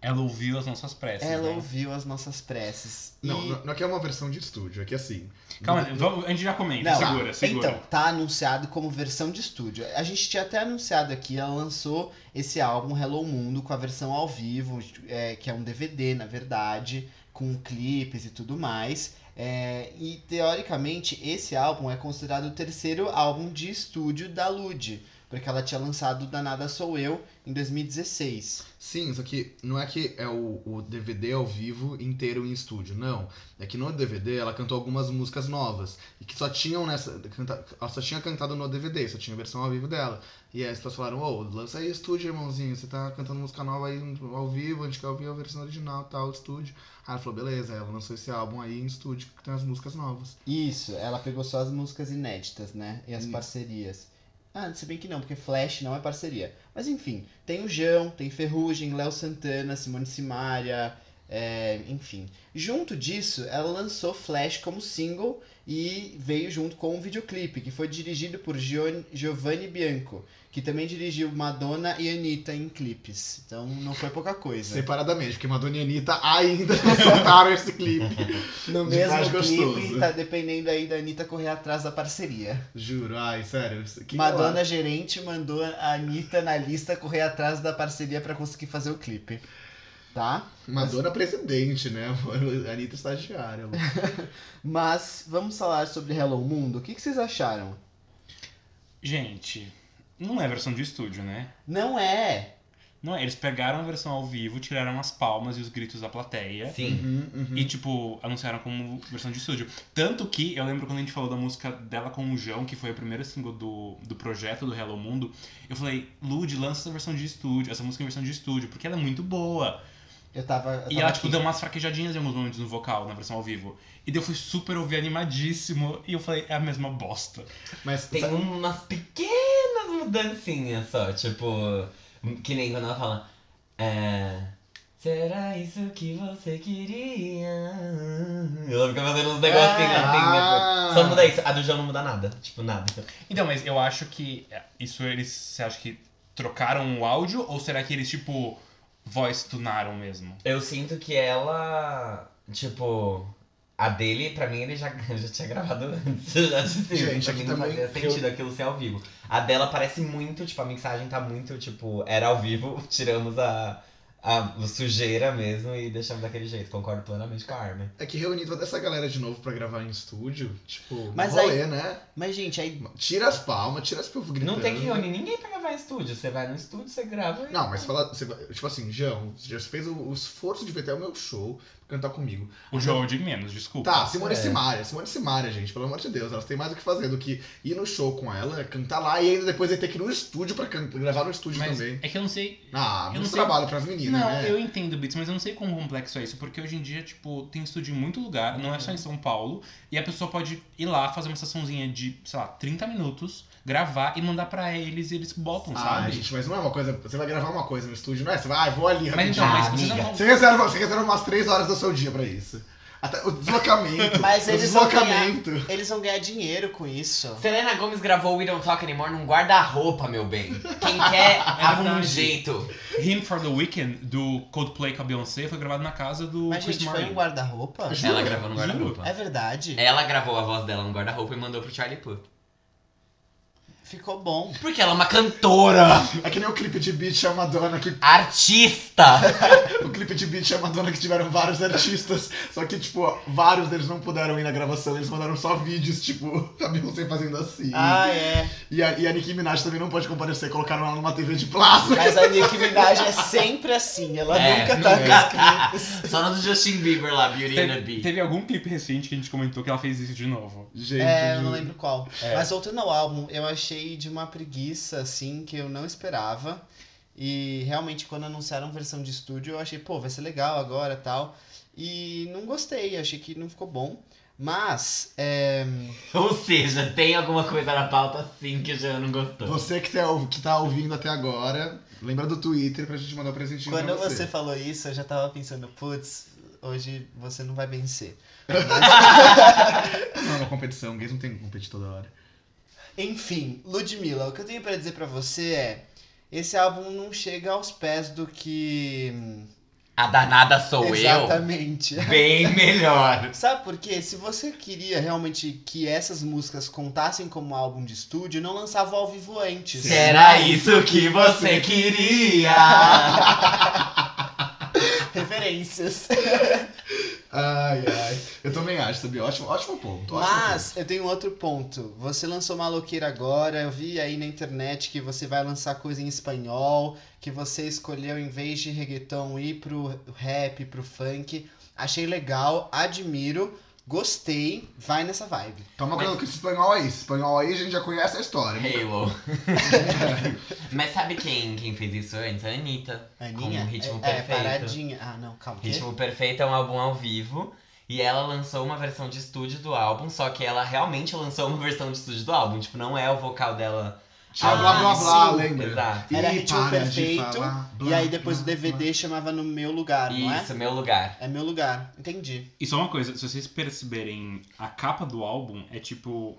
[SPEAKER 2] Ela ouviu as nossas preces.
[SPEAKER 4] Ela
[SPEAKER 2] né?
[SPEAKER 4] ouviu as nossas preces.
[SPEAKER 3] Não,
[SPEAKER 4] e...
[SPEAKER 3] não, não é que é uma versão de estúdio. É que assim...
[SPEAKER 2] Calma, vamos- a gente já comenta.
[SPEAKER 4] Não,
[SPEAKER 2] segura,
[SPEAKER 4] tá.
[SPEAKER 2] segura.
[SPEAKER 4] Então, tá anunciado como versão de estúdio. A gente tinha até anunciado aqui, ela lançou esse álbum Hello Mundo com a versão ao vivo, é, que é um DVD, na verdade, com clipes e tudo mais. É, e teoricamente, esse álbum é considerado o terceiro álbum de estúdio da Lud. Porque ela tinha lançado Danada Sou Eu em 2016.
[SPEAKER 3] Sim, só que não é que é o, o DVD ao vivo inteiro em estúdio, não. É que no DVD ela cantou algumas músicas novas e que só tinham nessa. Canta, ela só tinha cantado no DVD, só tinha a versão ao vivo dela. E aí as pessoas falaram: Ô, lança aí estúdio, irmãozinho, você tá cantando música nova aí ao vivo, a gente quer ouvir a versão original tal, estúdio. Aí ela falou: beleza, ela lançou esse álbum aí em estúdio que tem as músicas novas.
[SPEAKER 4] Isso, ela pegou só as músicas inéditas, né? E as
[SPEAKER 3] Isso.
[SPEAKER 4] parcerias. Ah, se bem que não, porque Flash não é parceria. Mas enfim, tem o Jão, tem Ferrugem, Léo Santana, Simone Simaria, é, enfim. Junto disso, ela lançou Flash como single e veio junto com um videoclipe, que foi dirigido por Gio- Giovanni Bianco, que também dirigiu Madonna e Anitta em clipes. Então não foi pouca coisa.
[SPEAKER 3] Separadamente, porque Madonna e Anitta ainda não soltaram esse clipe.
[SPEAKER 4] No
[SPEAKER 3] de mais
[SPEAKER 4] mesmo
[SPEAKER 3] gostoso.
[SPEAKER 4] clipe, tá dependendo aí da Anitta correr atrás da parceria.
[SPEAKER 3] Juro, ai, sério. que
[SPEAKER 4] Madonna gerente mandou a Anitta na lista correr atrás da parceria pra conseguir fazer o clipe. Tá?
[SPEAKER 3] Madonna presidente, né? amor? Anitta estagiária. amor.
[SPEAKER 4] Mas vamos falar sobre Hello Mundo. O que, que vocês acharam?
[SPEAKER 2] Gente, não é versão de estúdio, né?
[SPEAKER 4] Não é!
[SPEAKER 2] Não é. Eles pegaram a versão ao vivo, tiraram as palmas e os gritos da plateia.
[SPEAKER 1] Sim.
[SPEAKER 3] Uhum, uhum.
[SPEAKER 2] E, tipo, anunciaram como versão de estúdio. Tanto que eu lembro quando a gente falou da música dela com o João, que foi o primeiro single do, do projeto do Hello Mundo, eu falei, Lud, lança essa versão de estúdio, essa música em versão de estúdio, porque ela é muito boa.
[SPEAKER 4] Eu tava. eu
[SPEAKER 2] e
[SPEAKER 4] tava
[SPEAKER 2] ela, tipo,
[SPEAKER 4] aqui.
[SPEAKER 2] deu umas fraquejadinhas em alguns momentos no vocal, na versão ao vivo. E daí eu fui super ouvir animadíssimo, e eu falei, é a mesma bosta.
[SPEAKER 3] Mas
[SPEAKER 1] Tem um
[SPEAKER 3] sa-
[SPEAKER 1] umas pequenas mudancinhas só, tipo. Que nem quando ela fala. É. Será isso que você queria? Ela fica fazendo uns negocinhos
[SPEAKER 3] Ah!
[SPEAKER 1] assim, depois. Só muda isso. A do João não muda nada. Tipo, nada.
[SPEAKER 2] Então, mas eu acho que é, isso eles, você acha que trocaram o áudio, ou será que eles, tipo, voice tunaram mesmo?
[SPEAKER 1] Eu sinto que ela. Tipo. A dele, pra mim, ele já, já tinha gravado antes. Eu já disse isso.
[SPEAKER 3] Gente,
[SPEAKER 1] pra
[SPEAKER 3] aqui
[SPEAKER 1] mim não
[SPEAKER 3] também
[SPEAKER 1] fazia
[SPEAKER 3] eu-
[SPEAKER 1] sentido aquilo ser ao vivo. A dela parece muito, tipo, a mensagem tá muito, tipo, era ao vivo, tiramos a, a sujeira mesmo e deixamos daquele jeito. Concordo plenamente com a Armin.
[SPEAKER 3] é que reunir toda essa galera de novo pra gravar em estúdio, tipo,
[SPEAKER 4] Mas
[SPEAKER 3] rolê, né?
[SPEAKER 4] Mas, gente, aí.
[SPEAKER 3] Tira as palmas, tira as povo gritando.
[SPEAKER 1] Não tem que reunir ninguém pra gravar em estúdio. Você vai no estúdio, você grava e.
[SPEAKER 3] Não, mas fala, você vai- tipo assim, João, você já fez o, o esforço de vir até o meu show pra cantar comigo.
[SPEAKER 2] O João de menos, desculpa.
[SPEAKER 3] Tá, Simone
[SPEAKER 1] É.
[SPEAKER 3] Simaria, Simone Simaria, gente, pelo amor de Deus, elas têm mais o que fazer do que ir no show com ela, cantar lá e ainda depois ele ter que ir no estúdio pra can- gravar no estúdio
[SPEAKER 2] Mas
[SPEAKER 3] também.
[SPEAKER 2] é que eu não sei
[SPEAKER 3] Ah,
[SPEAKER 2] eu
[SPEAKER 3] muito
[SPEAKER 2] não sei-
[SPEAKER 3] trabalho pras meninas,
[SPEAKER 2] Não,
[SPEAKER 3] né?
[SPEAKER 2] eu entendo, Beats, mas eu não sei quão complexo é isso, porque hoje em dia, tipo, tem estúdio em muito lugar, não é só em São Paulo, e a pessoa pode ir lá fazer uma sessãozinha de, sei lá, 30 minutos, gravar e mandar pra eles e eles botam,
[SPEAKER 3] Ah,
[SPEAKER 2] sabe?
[SPEAKER 3] gente, mas não é uma coisa. Você vai gravar uma coisa no estúdio, não é? Você vai, ah, eu vou
[SPEAKER 2] Mas
[SPEAKER 3] ali rapidinho.
[SPEAKER 2] então, mas
[SPEAKER 1] Ah,
[SPEAKER 2] vocês não
[SPEAKER 1] amiga.
[SPEAKER 2] vão.
[SPEAKER 3] Você reserva, você reserva umas 3 horas do seu dia pra isso. Até o deslocamento.
[SPEAKER 4] Mas
[SPEAKER 3] o
[SPEAKER 4] eles vão
[SPEAKER 3] deslocamento.
[SPEAKER 4] Eles vão ganhar dinheiro com isso.
[SPEAKER 1] Selena Gomes gravou We Don't Talk Anymore num guarda-roupa, meu bem. Quem quer, arruma um
[SPEAKER 2] verdade.
[SPEAKER 1] jeito.
[SPEAKER 2] Him for the Weekend, do Coldplay com a Beyoncé, foi gravado na casa do
[SPEAKER 4] Mas,
[SPEAKER 2] Chris
[SPEAKER 4] gente, foi
[SPEAKER 2] Martin.
[SPEAKER 4] um guarda-roupa?
[SPEAKER 3] Juro,
[SPEAKER 1] Ela gravou no
[SPEAKER 2] juro.
[SPEAKER 1] guarda-roupa.
[SPEAKER 4] É verdade.
[SPEAKER 1] Ela gravou a voz dela no guarda-roupa e mandou pro Charlie Puth.
[SPEAKER 4] Ficou bom.
[SPEAKER 1] Porque ela é uma cantora,
[SPEAKER 3] É que nem o clipe de beat é a Madonna, que,
[SPEAKER 1] artista.
[SPEAKER 3] o clipe de beat é a Madonna que tiveram vários artistas, só que, tipo, ó, vários deles não puderam ir na gravação, eles mandaram só vídeos, tipo, a Beyoncé fazendo assim.
[SPEAKER 4] Ah, é.
[SPEAKER 3] E, a, e a Nicki Minaj também não pode comparecer, colocaram ela numa TV de plástico.
[SPEAKER 4] Mas a Nicki Minaj é sempre assim. Ela
[SPEAKER 1] É,
[SPEAKER 4] nunca tá
[SPEAKER 1] nunca.
[SPEAKER 4] nos clipes.
[SPEAKER 1] Só no do Justin Bieber lá, Beauty and the
[SPEAKER 2] Teve,
[SPEAKER 1] Beast.
[SPEAKER 2] teve algum clipe recente que a gente comentou que ela fez isso de novo.
[SPEAKER 3] Gente,
[SPEAKER 4] É, eu não
[SPEAKER 3] juro.
[SPEAKER 4] lembro qual. Mas voltando ao álbum, eu achei de uma preguiça, assim, que eu não esperava. E realmente, quando anunciaram versão de estúdio, eu achei, pô, vai ser legal agora tal. E não gostei, achei que não ficou bom. Mas, é,
[SPEAKER 1] Ou seja, tem alguma coisa na pauta sim que já não gostou.
[SPEAKER 3] Você que tá, ouv- que tá ouvindo até agora, lembra do Twitter pra gente mandar um presentinho
[SPEAKER 4] quando
[SPEAKER 3] pra
[SPEAKER 4] você falou isso, eu já tava pensando, putz, hoje você não vai vencer.
[SPEAKER 3] Não é uma competição, gays não tem que competir toda hora.
[SPEAKER 4] Enfim, Ludmilla, o que eu tenho pra dizer pra você é. Esse álbum não chega aos pés do que.
[SPEAKER 1] A danada sou
[SPEAKER 4] Exatamente.
[SPEAKER 1] eu. Bem melhor.
[SPEAKER 4] Sabe por quê? Se você queria realmente que essas músicas contassem como álbum de estúdio, não lançava ao vivo antes.
[SPEAKER 1] Será isso que você queria?
[SPEAKER 4] Referências.
[SPEAKER 3] Ai, ai. Eu também acho, sabia? Ótimo, ótimo ponto. Ótimo
[SPEAKER 4] Mas eu tenho um outro ponto. Você lançou Maloqueira agora, eu vi aí na internet que você vai lançar coisa em espanhol, que você escolheu em vez de reggaeton ir pro rap, pro funk. Achei legal, admiro, gostei, vai nessa vibe.
[SPEAKER 3] ponto. Tá Toma cuidado com esse espanhol aí. Esse espanhol aí a gente já conhece a história.
[SPEAKER 4] É.
[SPEAKER 1] Halo. Mas sabe quem, quem fez isso antes? A Anitta.
[SPEAKER 4] Aninha,
[SPEAKER 1] Com um ritmo
[SPEAKER 4] é, é,
[SPEAKER 1] perfeito.
[SPEAKER 4] paradinha. Ah, não, calma. quê?
[SPEAKER 1] Ritmo Perfeito é um álbum ao vivo. E ela lançou uma versão de estúdio do álbum, só que ela realmente lançou uma versão de estúdio do álbum. Tipo, não é o vocal dela.
[SPEAKER 3] Tinha
[SPEAKER 4] Ah,
[SPEAKER 3] blá blá blá,
[SPEAKER 4] sim.
[SPEAKER 3] lembra?
[SPEAKER 1] Exato.
[SPEAKER 4] Era
[SPEAKER 3] Ih,
[SPEAKER 4] ritmo
[SPEAKER 3] para de
[SPEAKER 4] perfeito,
[SPEAKER 3] falar,
[SPEAKER 4] E
[SPEAKER 3] blá,
[SPEAKER 4] aí depois
[SPEAKER 3] blá,
[SPEAKER 4] o DVD chamava no meu
[SPEAKER 3] Ah,
[SPEAKER 4] lugar, não é?
[SPEAKER 1] Isso, meu lugar.
[SPEAKER 4] É meu lugar, entendi.
[SPEAKER 2] E só uma coisa, se vocês perceberem, a capa do álbum é tipo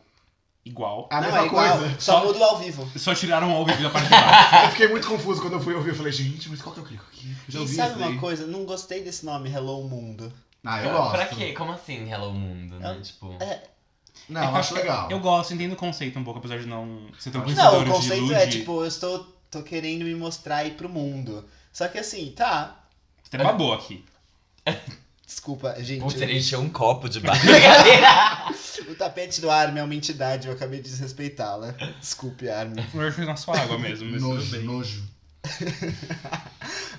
[SPEAKER 2] igual.
[SPEAKER 3] blá. A
[SPEAKER 4] não,
[SPEAKER 3] mesma
[SPEAKER 4] é igual,
[SPEAKER 3] coisa.
[SPEAKER 4] só muda o ao vivo.
[SPEAKER 2] Só tiraram o álbum da parte de baixo.
[SPEAKER 3] Eu fiquei muito confuso quando eu fui ouvir. Eu falei, gente, mas qual que eu clico aqui? Eu já
[SPEAKER 4] E
[SPEAKER 3] ouvi
[SPEAKER 4] sabe
[SPEAKER 3] isso daí.
[SPEAKER 4] uma coisa? Não gostei desse nome, Hello Mundo.
[SPEAKER 3] Ah, eu gosto.
[SPEAKER 1] Pra quê? Como assim, Hello Mundo, né?
[SPEAKER 4] Eu-
[SPEAKER 1] Tipo.
[SPEAKER 3] Não,
[SPEAKER 2] É que
[SPEAKER 3] eu acho legal.
[SPEAKER 2] Eu gosto, entendo o conceito um pouco, apesar de não ser tão
[SPEAKER 4] Não,
[SPEAKER 2] conhecedor
[SPEAKER 4] o
[SPEAKER 2] de
[SPEAKER 4] conceito
[SPEAKER 2] Lude.
[SPEAKER 4] é tipo, eu estou tô querendo me mostrar aí pro mundo. Só que assim, tá.
[SPEAKER 2] Tem uma boa aqui.
[SPEAKER 4] Desculpa, gente.
[SPEAKER 1] Putz, ele encheu um copo de brincadeira.
[SPEAKER 4] O tapete do Armin é uma entidade, eu acabei de desrespeitá-la. Desculpe, Armin.
[SPEAKER 2] Eu acho que na sua água mesmo, mas tudo
[SPEAKER 3] Nojo,
[SPEAKER 2] bem.
[SPEAKER 3] nojo.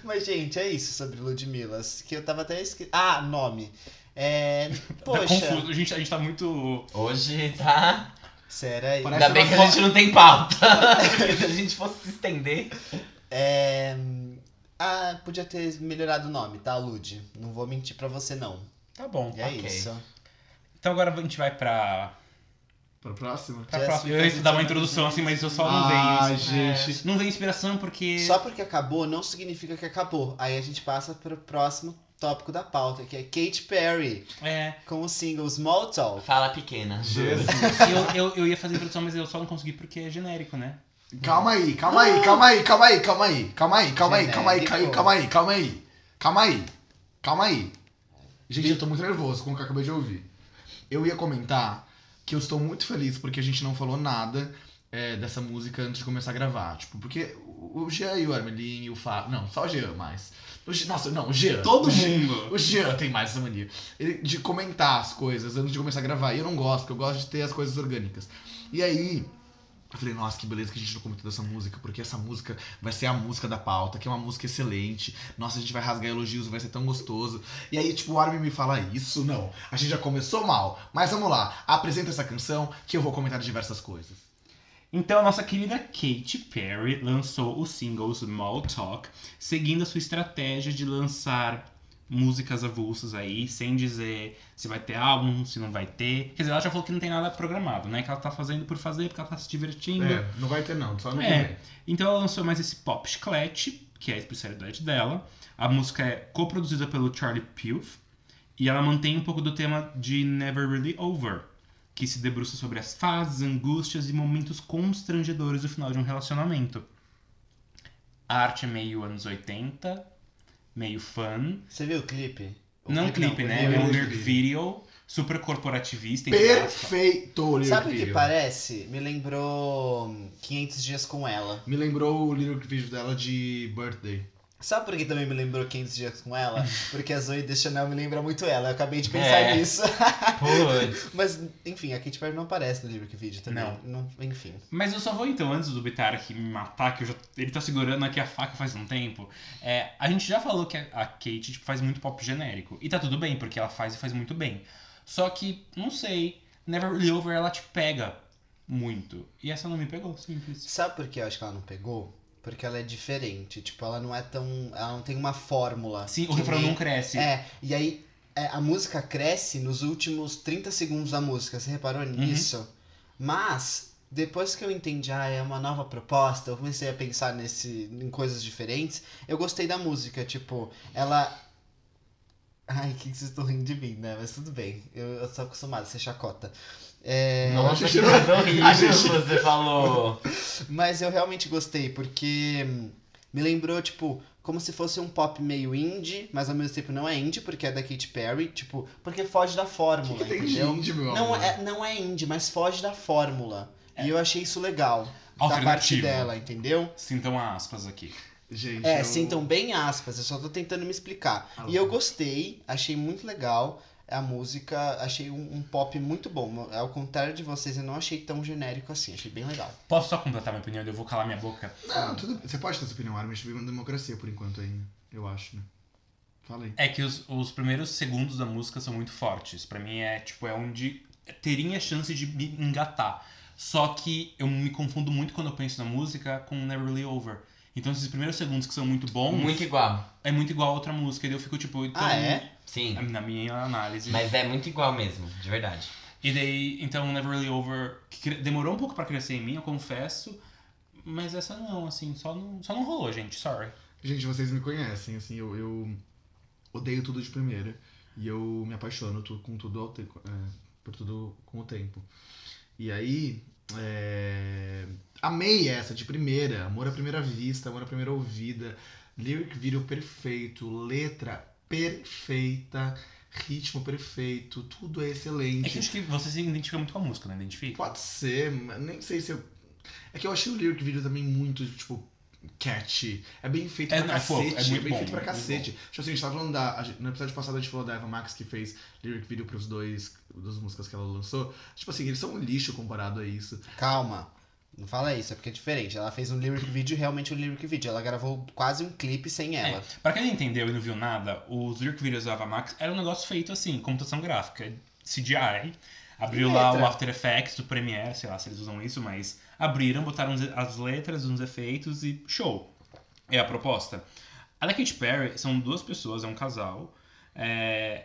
[SPEAKER 4] Mas, gente, é isso sobre Ludmilla. Que eu tava até esque... Ah, nome. É.
[SPEAKER 2] Tá
[SPEAKER 4] Poxa.
[SPEAKER 2] confuso, a gente, a gente tá muito...
[SPEAKER 1] Hoje tá.
[SPEAKER 4] Será aí?
[SPEAKER 3] Parece- um-
[SPEAKER 1] Ainda bem que a gente não tem pauta. Porque se a gente fosse se estender.
[SPEAKER 4] É. Ah, podia ter melhorado o nome, tá, Lud? Não vou mentir pra você, não.
[SPEAKER 2] Tá bom.
[SPEAKER 4] E é
[SPEAKER 1] Ok.
[SPEAKER 4] isso.
[SPEAKER 2] Então agora a gente vai pra,
[SPEAKER 3] Pra próxima?
[SPEAKER 2] pra
[SPEAKER 4] Já
[SPEAKER 2] próxima. Eu ia
[SPEAKER 4] explica-
[SPEAKER 2] estudar uma introdução assim, mas eu só não
[SPEAKER 3] Ai,
[SPEAKER 2] dei isso.
[SPEAKER 3] gente.
[SPEAKER 2] Não dei inspiração porque...
[SPEAKER 4] Só porque acabou não significa que acabou. Aí a gente passa pro próximo tópico da pauta, que é Katy Perry,
[SPEAKER 2] É,
[SPEAKER 4] com o single Small Talk.
[SPEAKER 1] Fala pequena.
[SPEAKER 3] Jesus.
[SPEAKER 2] eu, eu, eu ia fazer introdução, mas eu só não consegui porque é genérico, né?
[SPEAKER 3] Calma aí, calma aí, calma aí, calma aí, calma aí, calma aí, calma aí, calma aí,
[SPEAKER 4] Genérico.
[SPEAKER 3] calma aí, calma aí, calma aí, calma aí. Gente, eu tô muito nervoso com o que eu acabei de ouvir. Eu ia comentar que eu estou muito feliz porque a gente não falou nada é, dessa música antes de começar a gravar. Tipo, porque o o Jean e o Armelin e o Fá. Não, só o Jean mais. O Jean- Nossa, não, o Jean. o Jean-
[SPEAKER 2] mundo.
[SPEAKER 3] o Jean tem mais essa mania. Ele- de comentar as coisas antes de começar a gravar. E eu não gosto, porque eu gosto de ter as coisas orgânicas. E aí. Eu falei, nossa, que beleza que a gente não comentou dessa música, porque essa música vai ser a música da pauta, que é uma música excelente. Nossa, a gente vai rasgar elogios, vai ser tão gostoso. E aí, tipo, o Armin me fala, isso não, a gente já começou mal. Mas vamos lá, apresenta essa canção que eu vou comentar diversas coisas.
[SPEAKER 2] Então, a nossa querida Katy Perry lançou o single Small Talk, seguindo a sua estratégia de lançar músicas avulsas aí, sem dizer se vai ter álbum, se não vai ter. Quer dizer, ela já falou que não tem nada programado, né? Que ela tá fazendo por fazer, porque ela tá se divertindo.
[SPEAKER 3] É, não vai ter não, só
[SPEAKER 4] É,
[SPEAKER 2] no que vem. Então ela lançou mais esse pop chiclete, que é a especialidade dela. A música é coproduzida pelo Charlie Puth e ela mantém um pouco do tema de Never Really Over, que se debruça sobre as fases, angústias e momentos constrangedores do final de um relacionamento. A arte é meio anos 80, meio fun,
[SPEAKER 4] Você viu o clipe? O
[SPEAKER 2] não clipe, né?
[SPEAKER 4] o
[SPEAKER 2] É um
[SPEAKER 4] lyric.
[SPEAKER 2] lyric video, super corporativista. entre aspas.
[SPEAKER 3] Perfeito, Lyric
[SPEAKER 4] Sabe o que
[SPEAKER 3] Video.
[SPEAKER 4] parece? Me lembrou hum, 500 dias com ela.
[SPEAKER 3] Me lembrou o lyric video dela de Birthday.
[SPEAKER 4] Sabe por que também me lembrou 500 dias com ela? Porque a Zoe de Chanel me lembra muito ela. Eu acabei de pensar
[SPEAKER 1] É.
[SPEAKER 4] nisso.
[SPEAKER 1] Putz.
[SPEAKER 4] Mas, enfim, a Katy Perry não aparece no lyric video também.
[SPEAKER 2] Não.
[SPEAKER 4] enfim.
[SPEAKER 2] Mas eu só vou então, antes do Bitar aqui me matar, que eu já- ele tá segurando aqui a faca faz um tempo. É, a gente já falou que a, a Kate tipo, faz muito pop genérico. E tá tudo bem, porque ela faz e faz muito bem. Só que, não sei, Never Really Over ela te pega muito. E essa não me pegou, simples.
[SPEAKER 4] Sabe por que eu acho que ela não pegou? Porque ela é diferente. Tipo, ela não é tão. Ela não tem uma fórmula.
[SPEAKER 2] Sim, o
[SPEAKER 4] que
[SPEAKER 2] refrão
[SPEAKER 4] nem-
[SPEAKER 2] não cresce.
[SPEAKER 4] É, e aí é, a música cresce nos últimos 30 segundos da música, você reparou
[SPEAKER 2] Uhum.
[SPEAKER 4] nisso? Mas, depois que eu entendi, ah, é uma nova proposta, eu comecei a pensar nesse, em coisas diferentes, eu gostei da música, tipo, ela... Ai, que que vocês estão rindo de mim, né? Mas tudo bem, eu, eu sou acostumado a ser chacota. É,
[SPEAKER 1] Nossa,
[SPEAKER 3] a
[SPEAKER 1] que
[SPEAKER 3] gente-
[SPEAKER 1] coisa
[SPEAKER 3] a
[SPEAKER 1] horrível
[SPEAKER 3] gente-
[SPEAKER 1] que você falou.
[SPEAKER 4] Mas eu realmente gostei, porque hum, me lembrou, tipo, como se fosse um pop meio indie, mas ao mesmo tempo não é indie, porque é da Katy Perry, tipo, porque foge da
[SPEAKER 3] O
[SPEAKER 4] fórmula,
[SPEAKER 3] que, que tem de
[SPEAKER 4] entendeu?
[SPEAKER 3] indie, meu
[SPEAKER 4] Não
[SPEAKER 3] amor? É.
[SPEAKER 4] é, não é indie, mas foge da fórmula. E eu achei isso legal. Da parte
[SPEAKER 2] Alternativo.
[SPEAKER 4] dela, entendeu?
[SPEAKER 2] Sintam aspas aqui.
[SPEAKER 3] Gente,
[SPEAKER 4] É,
[SPEAKER 3] eu-
[SPEAKER 4] sintam bem aspas, eu só tô tentando me explicar.
[SPEAKER 3] Tá
[SPEAKER 4] E eu
[SPEAKER 3] bom.
[SPEAKER 4] gostei, achei muito legal a música, achei um, um pop muito bom. É Ao contrário de vocês, eu não achei tão genérico assim, achei bem legal.
[SPEAKER 2] Posso só completar minha opinião? Eu vou calar minha boca.
[SPEAKER 3] Não, tudo bem. Você pode ter sua opinião, Armin. A gente vive uma democracia por enquanto ainda, eu acho, né? Fala aí.
[SPEAKER 2] É que os, os primeiros segundos da música são muito fortes. Pra mim é tipo, é onde teria chance de me engatar. Só que eu me confundo muito quando eu penso na música com Never Really Over. Então esses primeiros segundos que são muito bons
[SPEAKER 1] Muito igual.
[SPEAKER 2] é muito igual a outra música. E daí eu fico tipo, então.
[SPEAKER 4] Ah, é?
[SPEAKER 1] Sim.
[SPEAKER 2] Na minha análise.
[SPEAKER 1] Mas é muito igual mesmo, de verdade.
[SPEAKER 2] E daí, então, Never Really Over, que cre- demorou um pouco pra crescer em mim, eu confesso. Mas essa não, assim, só não, só não rolou, gente, sorry. É
[SPEAKER 3] Gente, vocês me conhecem, assim, eu, eu odeio tudo de primeira. E eu me apaixono tu- com tudo ao te- é, por tudo com o tempo. E aí, é, amei essa de primeira. Amor à primeira vista, amor à primeira ouvida. Lyric video perfeito, letra perfeita, ritmo perfeito, tudo
[SPEAKER 2] É
[SPEAKER 3] é
[SPEAKER 2] que
[SPEAKER 3] excelente.
[SPEAKER 2] acho que você se identifica muito com a música, né? Identifica?
[SPEAKER 3] Pode ser, mas nem sei se eu. É que eu achei o lyric video também muito, tipo, catchy. É bem feito
[SPEAKER 2] É,
[SPEAKER 3] pra
[SPEAKER 2] não, é fofo,
[SPEAKER 3] cacete.
[SPEAKER 2] é
[SPEAKER 3] É,
[SPEAKER 2] muito
[SPEAKER 3] bem
[SPEAKER 2] bom,
[SPEAKER 3] feito pra
[SPEAKER 2] muito
[SPEAKER 3] cacete. Tipo assim, a gente tava falando da. a gente- No episódio passado a gente falou da Eva Max que fez lyric video pros dois. das músicas que ela lançou. Tipo assim, eles são um lixo comparado a isso.
[SPEAKER 4] Calma. Não fala isso, é porque é diferente. Ela fez um lyric video, realmente um lyric video. Ela gravou quase um clipe sem ela.
[SPEAKER 1] É.
[SPEAKER 2] Pra quem não entendeu e não viu nada, os lyric videos da Ava Max era um negócio feito assim, computação gráfica, CGI. Abriu lá
[SPEAKER 4] Letra.
[SPEAKER 2] o After Effects, o Premiere, sei lá se eles usam isso, mas abriram, botaram uns- as letras, uns efeitos e show. É a proposta. A da Katy Perry são duas pessoas, é um casal. é,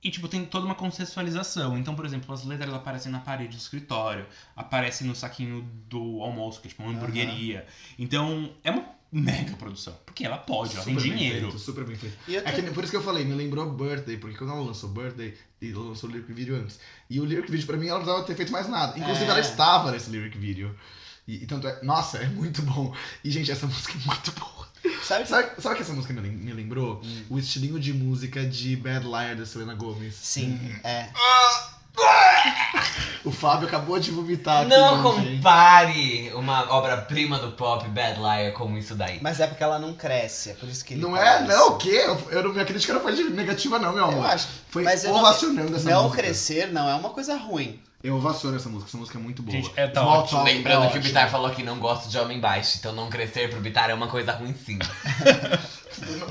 [SPEAKER 2] E, tipo, tem toda uma conceptualização. Então, por exemplo, as letras aparecem na parede do escritório, aparecem no saquinho do almoço, que é tipo uma
[SPEAKER 4] Aham.
[SPEAKER 2] hamburgueria. Então, é uma mega produção. Porque ela pode, ela tem
[SPEAKER 3] bem
[SPEAKER 2] é um dinheiro.
[SPEAKER 3] feito, super bem feito.
[SPEAKER 4] E eu
[SPEAKER 3] É que, por isso que eu falei, me lembrou Birthday, porque quando ela lançou Birthday, e lançou o lyric video antes. E o lyric video, pra mim, ela não precisava ter feito mais nada. Inclusive,
[SPEAKER 4] É.
[SPEAKER 3] ela estava nesse lyric video. E, e tanto é. Nossa, é muito bom. E, gente, essa música é muito boa.
[SPEAKER 4] Sabe que...
[SPEAKER 3] Sabe, sabe o que essa música me, lem- me lembrou? O estilinho de música de Bad Liar da Selena Gomez.
[SPEAKER 4] Sim, é.
[SPEAKER 3] O Fábio acabou de vomitar aqui.
[SPEAKER 1] Não
[SPEAKER 3] né, gente?
[SPEAKER 1] compare uma obra-prima do pop Bad Liar como isso daí.
[SPEAKER 4] Mas é porque ela não cresce, é por isso que ele
[SPEAKER 3] Não
[SPEAKER 4] fala
[SPEAKER 3] é, não,
[SPEAKER 4] isso.
[SPEAKER 3] o quê? Eu, eu não, minha crítica não foi de negativa, não, meu
[SPEAKER 4] Eu
[SPEAKER 3] amor.
[SPEAKER 4] acho.
[SPEAKER 3] Foi
[SPEAKER 4] mas eu não-
[SPEAKER 3] ovacionando essa
[SPEAKER 4] não
[SPEAKER 3] música.
[SPEAKER 4] crescer não é uma coisa ruim.
[SPEAKER 3] Eu ovaciono essa música, essa música é muito boa.
[SPEAKER 2] Gente, é da
[SPEAKER 3] Small
[SPEAKER 2] ótima.
[SPEAKER 3] Talk,
[SPEAKER 1] Lembrando
[SPEAKER 3] é
[SPEAKER 1] que o
[SPEAKER 3] ótima.
[SPEAKER 1] Bitar falou que não gosta de homem baixo, então não crescer pro Bitar é uma coisa ruim sim.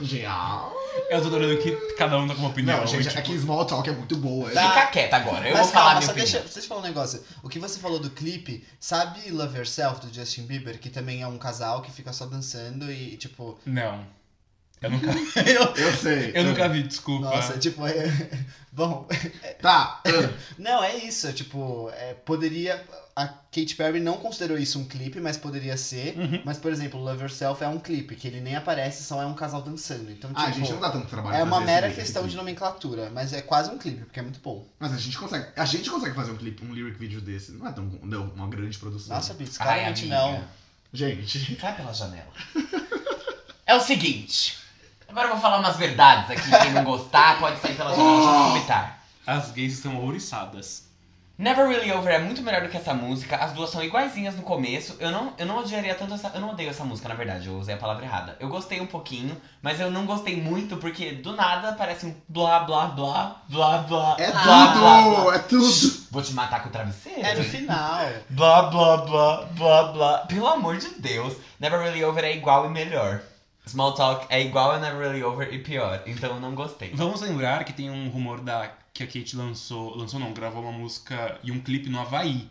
[SPEAKER 3] Gente, ah.
[SPEAKER 2] Eu tô adorando que cada um tá com uma opinião.
[SPEAKER 3] Não, gente,
[SPEAKER 2] e, tipo,
[SPEAKER 3] é que Small Talk é muito boa.
[SPEAKER 4] Tá.
[SPEAKER 1] Fica quieto agora, eu
[SPEAKER 4] mas
[SPEAKER 1] vou falar
[SPEAKER 4] calma,
[SPEAKER 1] minha
[SPEAKER 4] só
[SPEAKER 1] opinião.
[SPEAKER 4] deixa, deixa eu falar um negócio. O que você falou do clipe, sabe Love Yourself do Justin Bieber, que também é um casal que fica só dançando e tipo,
[SPEAKER 2] Não. Eu nunca,
[SPEAKER 3] Eu sei.
[SPEAKER 2] eu nunca vi, desculpa.
[SPEAKER 4] nossa, tipo, é, bom,
[SPEAKER 3] Tá.
[SPEAKER 4] não, é isso, é tipo, é, poderia a Katy Perry não considerou isso um clipe, mas poderia ser.
[SPEAKER 2] Uhum.
[SPEAKER 4] Mas por exemplo, Love Yourself é um clipe que ele nem aparece, só é um casal dançando. Então, tipo,
[SPEAKER 3] Ah, gente, não dá tanto trabalho.
[SPEAKER 4] é uma
[SPEAKER 3] fazer
[SPEAKER 4] mera
[SPEAKER 3] esse- esse
[SPEAKER 4] questão de
[SPEAKER 3] clipe.
[SPEAKER 4] nomenclatura, mas é quase um clipe, porque é muito bom.
[SPEAKER 3] Mas a gente consegue. A gente consegue fazer um clipe, um lyric vídeo desse. Não é tão não, uma grande produção.
[SPEAKER 4] Nossa, Bits,
[SPEAKER 1] Ai,
[SPEAKER 4] claramente
[SPEAKER 1] amiga.
[SPEAKER 4] não.
[SPEAKER 3] Gente.
[SPEAKER 1] Sai pela janela. É o seguinte. Agora eu vou falar umas verdades aqui. Quem não gostar pode sair pela janela já comentar.
[SPEAKER 2] As gays estão ouriçadas.
[SPEAKER 1] Never Really Over é muito melhor do que essa música. As duas são iguaizinhas no começo. Eu não, eu não odiaria tanto essa. Eu não odeio essa música, na verdade. Eu usei a palavra errada. Eu gostei um pouquinho, mas eu não gostei muito porque do nada parece um blá blá blá blá blá.
[SPEAKER 3] É
[SPEAKER 1] blá,
[SPEAKER 3] tudo!
[SPEAKER 1] blá, blá.
[SPEAKER 3] É tudo!
[SPEAKER 1] Vou te matar com o travesseiro?
[SPEAKER 4] É no final.
[SPEAKER 1] Blá blá blá blá blá. Pelo amor de Deus, Never Really Over é igual e melhor. Small Talk é igual a Never Really Over e pior. Então eu não gostei.
[SPEAKER 2] Vamos lembrar que tem um rumor da que a Kate lançou, lançou não, gravou uma música e um clipe no Havaí.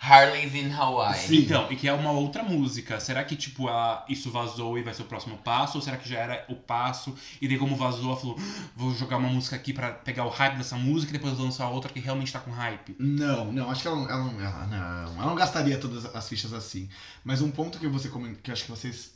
[SPEAKER 1] Harley's in Hawaii.
[SPEAKER 3] Sim.
[SPEAKER 2] Então, e que é uma outra música. Será que, tipo, ela, isso vazou e vai ser o próximo passo? Ou será que já era o passo? E daí, como vazou, ela falou: "Ah, vou jogar uma música aqui pra pegar o hype dessa música e depois lançar outra que realmente tá com hype.
[SPEAKER 3] Não, não, acho que ela, não- ela, não- ela não. Ela não gastaria todas as fichas assim. Mas um ponto que você comenta, que eu acho que vocês.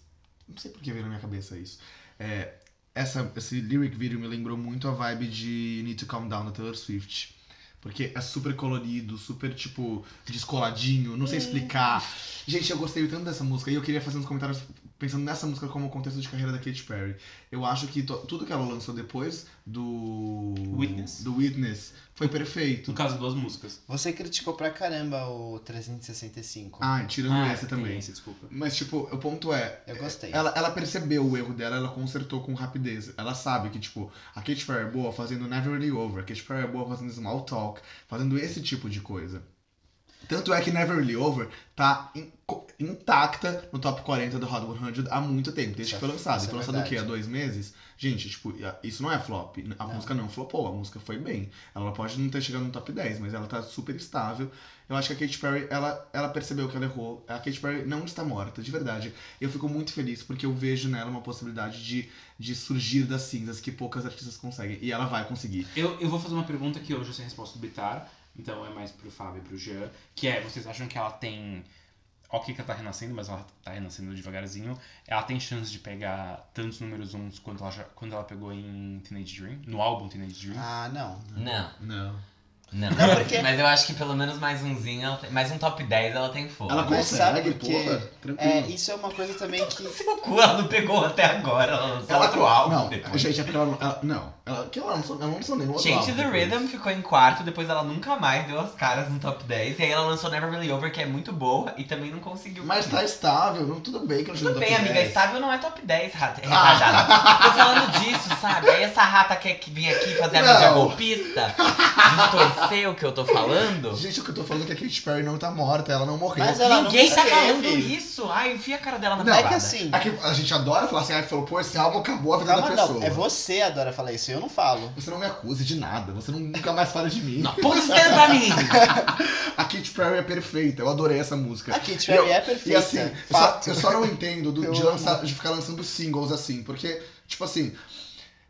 [SPEAKER 3] Não sei por que veio na minha cabeça isso. É, essa, esse lyric video me lembrou muito a vibe de Need to Calm Down da Taylor Swift. Porque é super colorido, super, tipo, descoladinho, não sei explicar. Gente, eu gostei tanto dessa música e eu queria fazer uns comentários pensando nessa música como contexto de carreira da Katy Perry. Eu acho que to- tudo que ela lançou depois do.
[SPEAKER 2] Witness?
[SPEAKER 3] Do Witness foi perfeito.
[SPEAKER 2] No caso, duas músicas.
[SPEAKER 4] Você criticou pra caramba o 365.
[SPEAKER 3] Ah, tirando
[SPEAKER 2] Ah,
[SPEAKER 3] essa
[SPEAKER 2] tem
[SPEAKER 3] também.
[SPEAKER 2] esse, desculpa.
[SPEAKER 3] Mas, tipo, o ponto é,
[SPEAKER 4] eu gostei.
[SPEAKER 3] Ela, ela percebeu o erro dela, ela consertou com rapidez. Ela sabe que, tipo, a Katy Perry é boa fazendo Never Really Over, a Katy Perry é boa fazendo Small Talk, fazendo esse tipo de coisa. Tanto é que Never Really Over tá in- co- intacta no top 40 do Hot 100 há muito tempo, desde
[SPEAKER 4] Isso
[SPEAKER 3] que foi
[SPEAKER 4] é-
[SPEAKER 3] lançada.
[SPEAKER 4] isso
[SPEAKER 3] E
[SPEAKER 4] é
[SPEAKER 3] foi lançada o quê? Há
[SPEAKER 4] verdade.
[SPEAKER 3] dois meses? Gente, tipo, a- isso não é flop. A
[SPEAKER 4] Não.
[SPEAKER 3] música não flopou, a música foi bem. Ela pode não ter chegado no top 10, mas ela tá super estável. Eu acho que a Katy Perry, ela, ela percebeu que ela errou. A Katy Perry não está morta, de verdade. Eu fico muito feliz porque eu vejo nela uma possibilidade de, de surgir das cinzas que poucas artistas conseguem. E ela vai conseguir.
[SPEAKER 2] Eu, eu vou fazer uma pergunta que hoje eu sei a resposta do Bitar, então é mais pro Fábio e pro Jean, que é, vocês acham que ela tem... Ok que ela tá renascendo, mas ela tá renascendo devagarzinho. Ela tem chance de pegar tantos números uns quanto ela, já, quanto ela pegou em Teenage Dream? No álbum Teenage Dream?
[SPEAKER 4] Ah, não.
[SPEAKER 1] Não,
[SPEAKER 3] Não.
[SPEAKER 1] não.
[SPEAKER 4] Não, porque-
[SPEAKER 1] Mas eu acho que pelo menos mais umzinho, ela tem- mais um top 10 ela tem fogo.
[SPEAKER 3] Ela
[SPEAKER 4] Mas sabe
[SPEAKER 3] consegue,
[SPEAKER 4] por
[SPEAKER 3] pô.
[SPEAKER 4] quê?
[SPEAKER 3] Tranquilo.
[SPEAKER 4] É, isso é uma coisa também que.
[SPEAKER 1] Se no tipo, cu ela não pegou até agora, ela lançou outro álbum
[SPEAKER 3] Não,
[SPEAKER 1] depois.
[SPEAKER 3] gente, é porque ela não. Ela, não, ela, que ela não lançou, ela não lançou nenhum outro
[SPEAKER 1] Gente,
[SPEAKER 3] álbum
[SPEAKER 1] The
[SPEAKER 3] depois.
[SPEAKER 1] Rhythm ficou em quarto, depois ela nunca mais deu as caras no top 10. E aí ela lançou Never Really Over, que é muito boa, e também não conseguiu.
[SPEAKER 3] Mas tá estável, não, tá tudo bem que ela chegou
[SPEAKER 1] Tudo
[SPEAKER 3] no
[SPEAKER 1] bem,
[SPEAKER 3] top
[SPEAKER 1] amiga,
[SPEAKER 3] 10.
[SPEAKER 1] estável não é top 10, rata. é rajada. Tô falando disso, sabe? Aí essa rata quer que vir aqui fazer a
[SPEAKER 3] Não.
[SPEAKER 1] mídia golpista, distorcer o que eu tô falando.
[SPEAKER 3] Gente, o que eu tô falando é que a Katy Perry não tá morta, ela não morreu.
[SPEAKER 4] Mas ela
[SPEAKER 1] Ninguém
[SPEAKER 4] não
[SPEAKER 1] tá
[SPEAKER 4] teve.
[SPEAKER 1] falando isso. Ai, enfia a cara dela na
[SPEAKER 4] Não, é que
[SPEAKER 1] privada.
[SPEAKER 4] assim.
[SPEAKER 3] é, Aqui, a gente adora falar assim, ah, falou, pô, esse álbum acabou a vida
[SPEAKER 4] Calma,
[SPEAKER 3] da
[SPEAKER 4] não.
[SPEAKER 3] pessoa.
[SPEAKER 4] É você adora falar isso, eu não falo.
[SPEAKER 3] Você não me acuse de nada, você não- nunca mais fala de mim.
[SPEAKER 1] Não, porra, isso dentro pra mim.
[SPEAKER 3] A Katy Perry é perfeita, eu adorei essa música.
[SPEAKER 4] A Katy
[SPEAKER 3] E eu-
[SPEAKER 4] Perry é
[SPEAKER 3] E
[SPEAKER 4] perfeita.
[SPEAKER 3] assim, eu só,
[SPEAKER 4] fato.
[SPEAKER 3] eu só não entendo do-
[SPEAKER 4] Eu
[SPEAKER 3] de,
[SPEAKER 4] amo.
[SPEAKER 3] lançar, de ficar lançando singles assim, porque, tipo assim.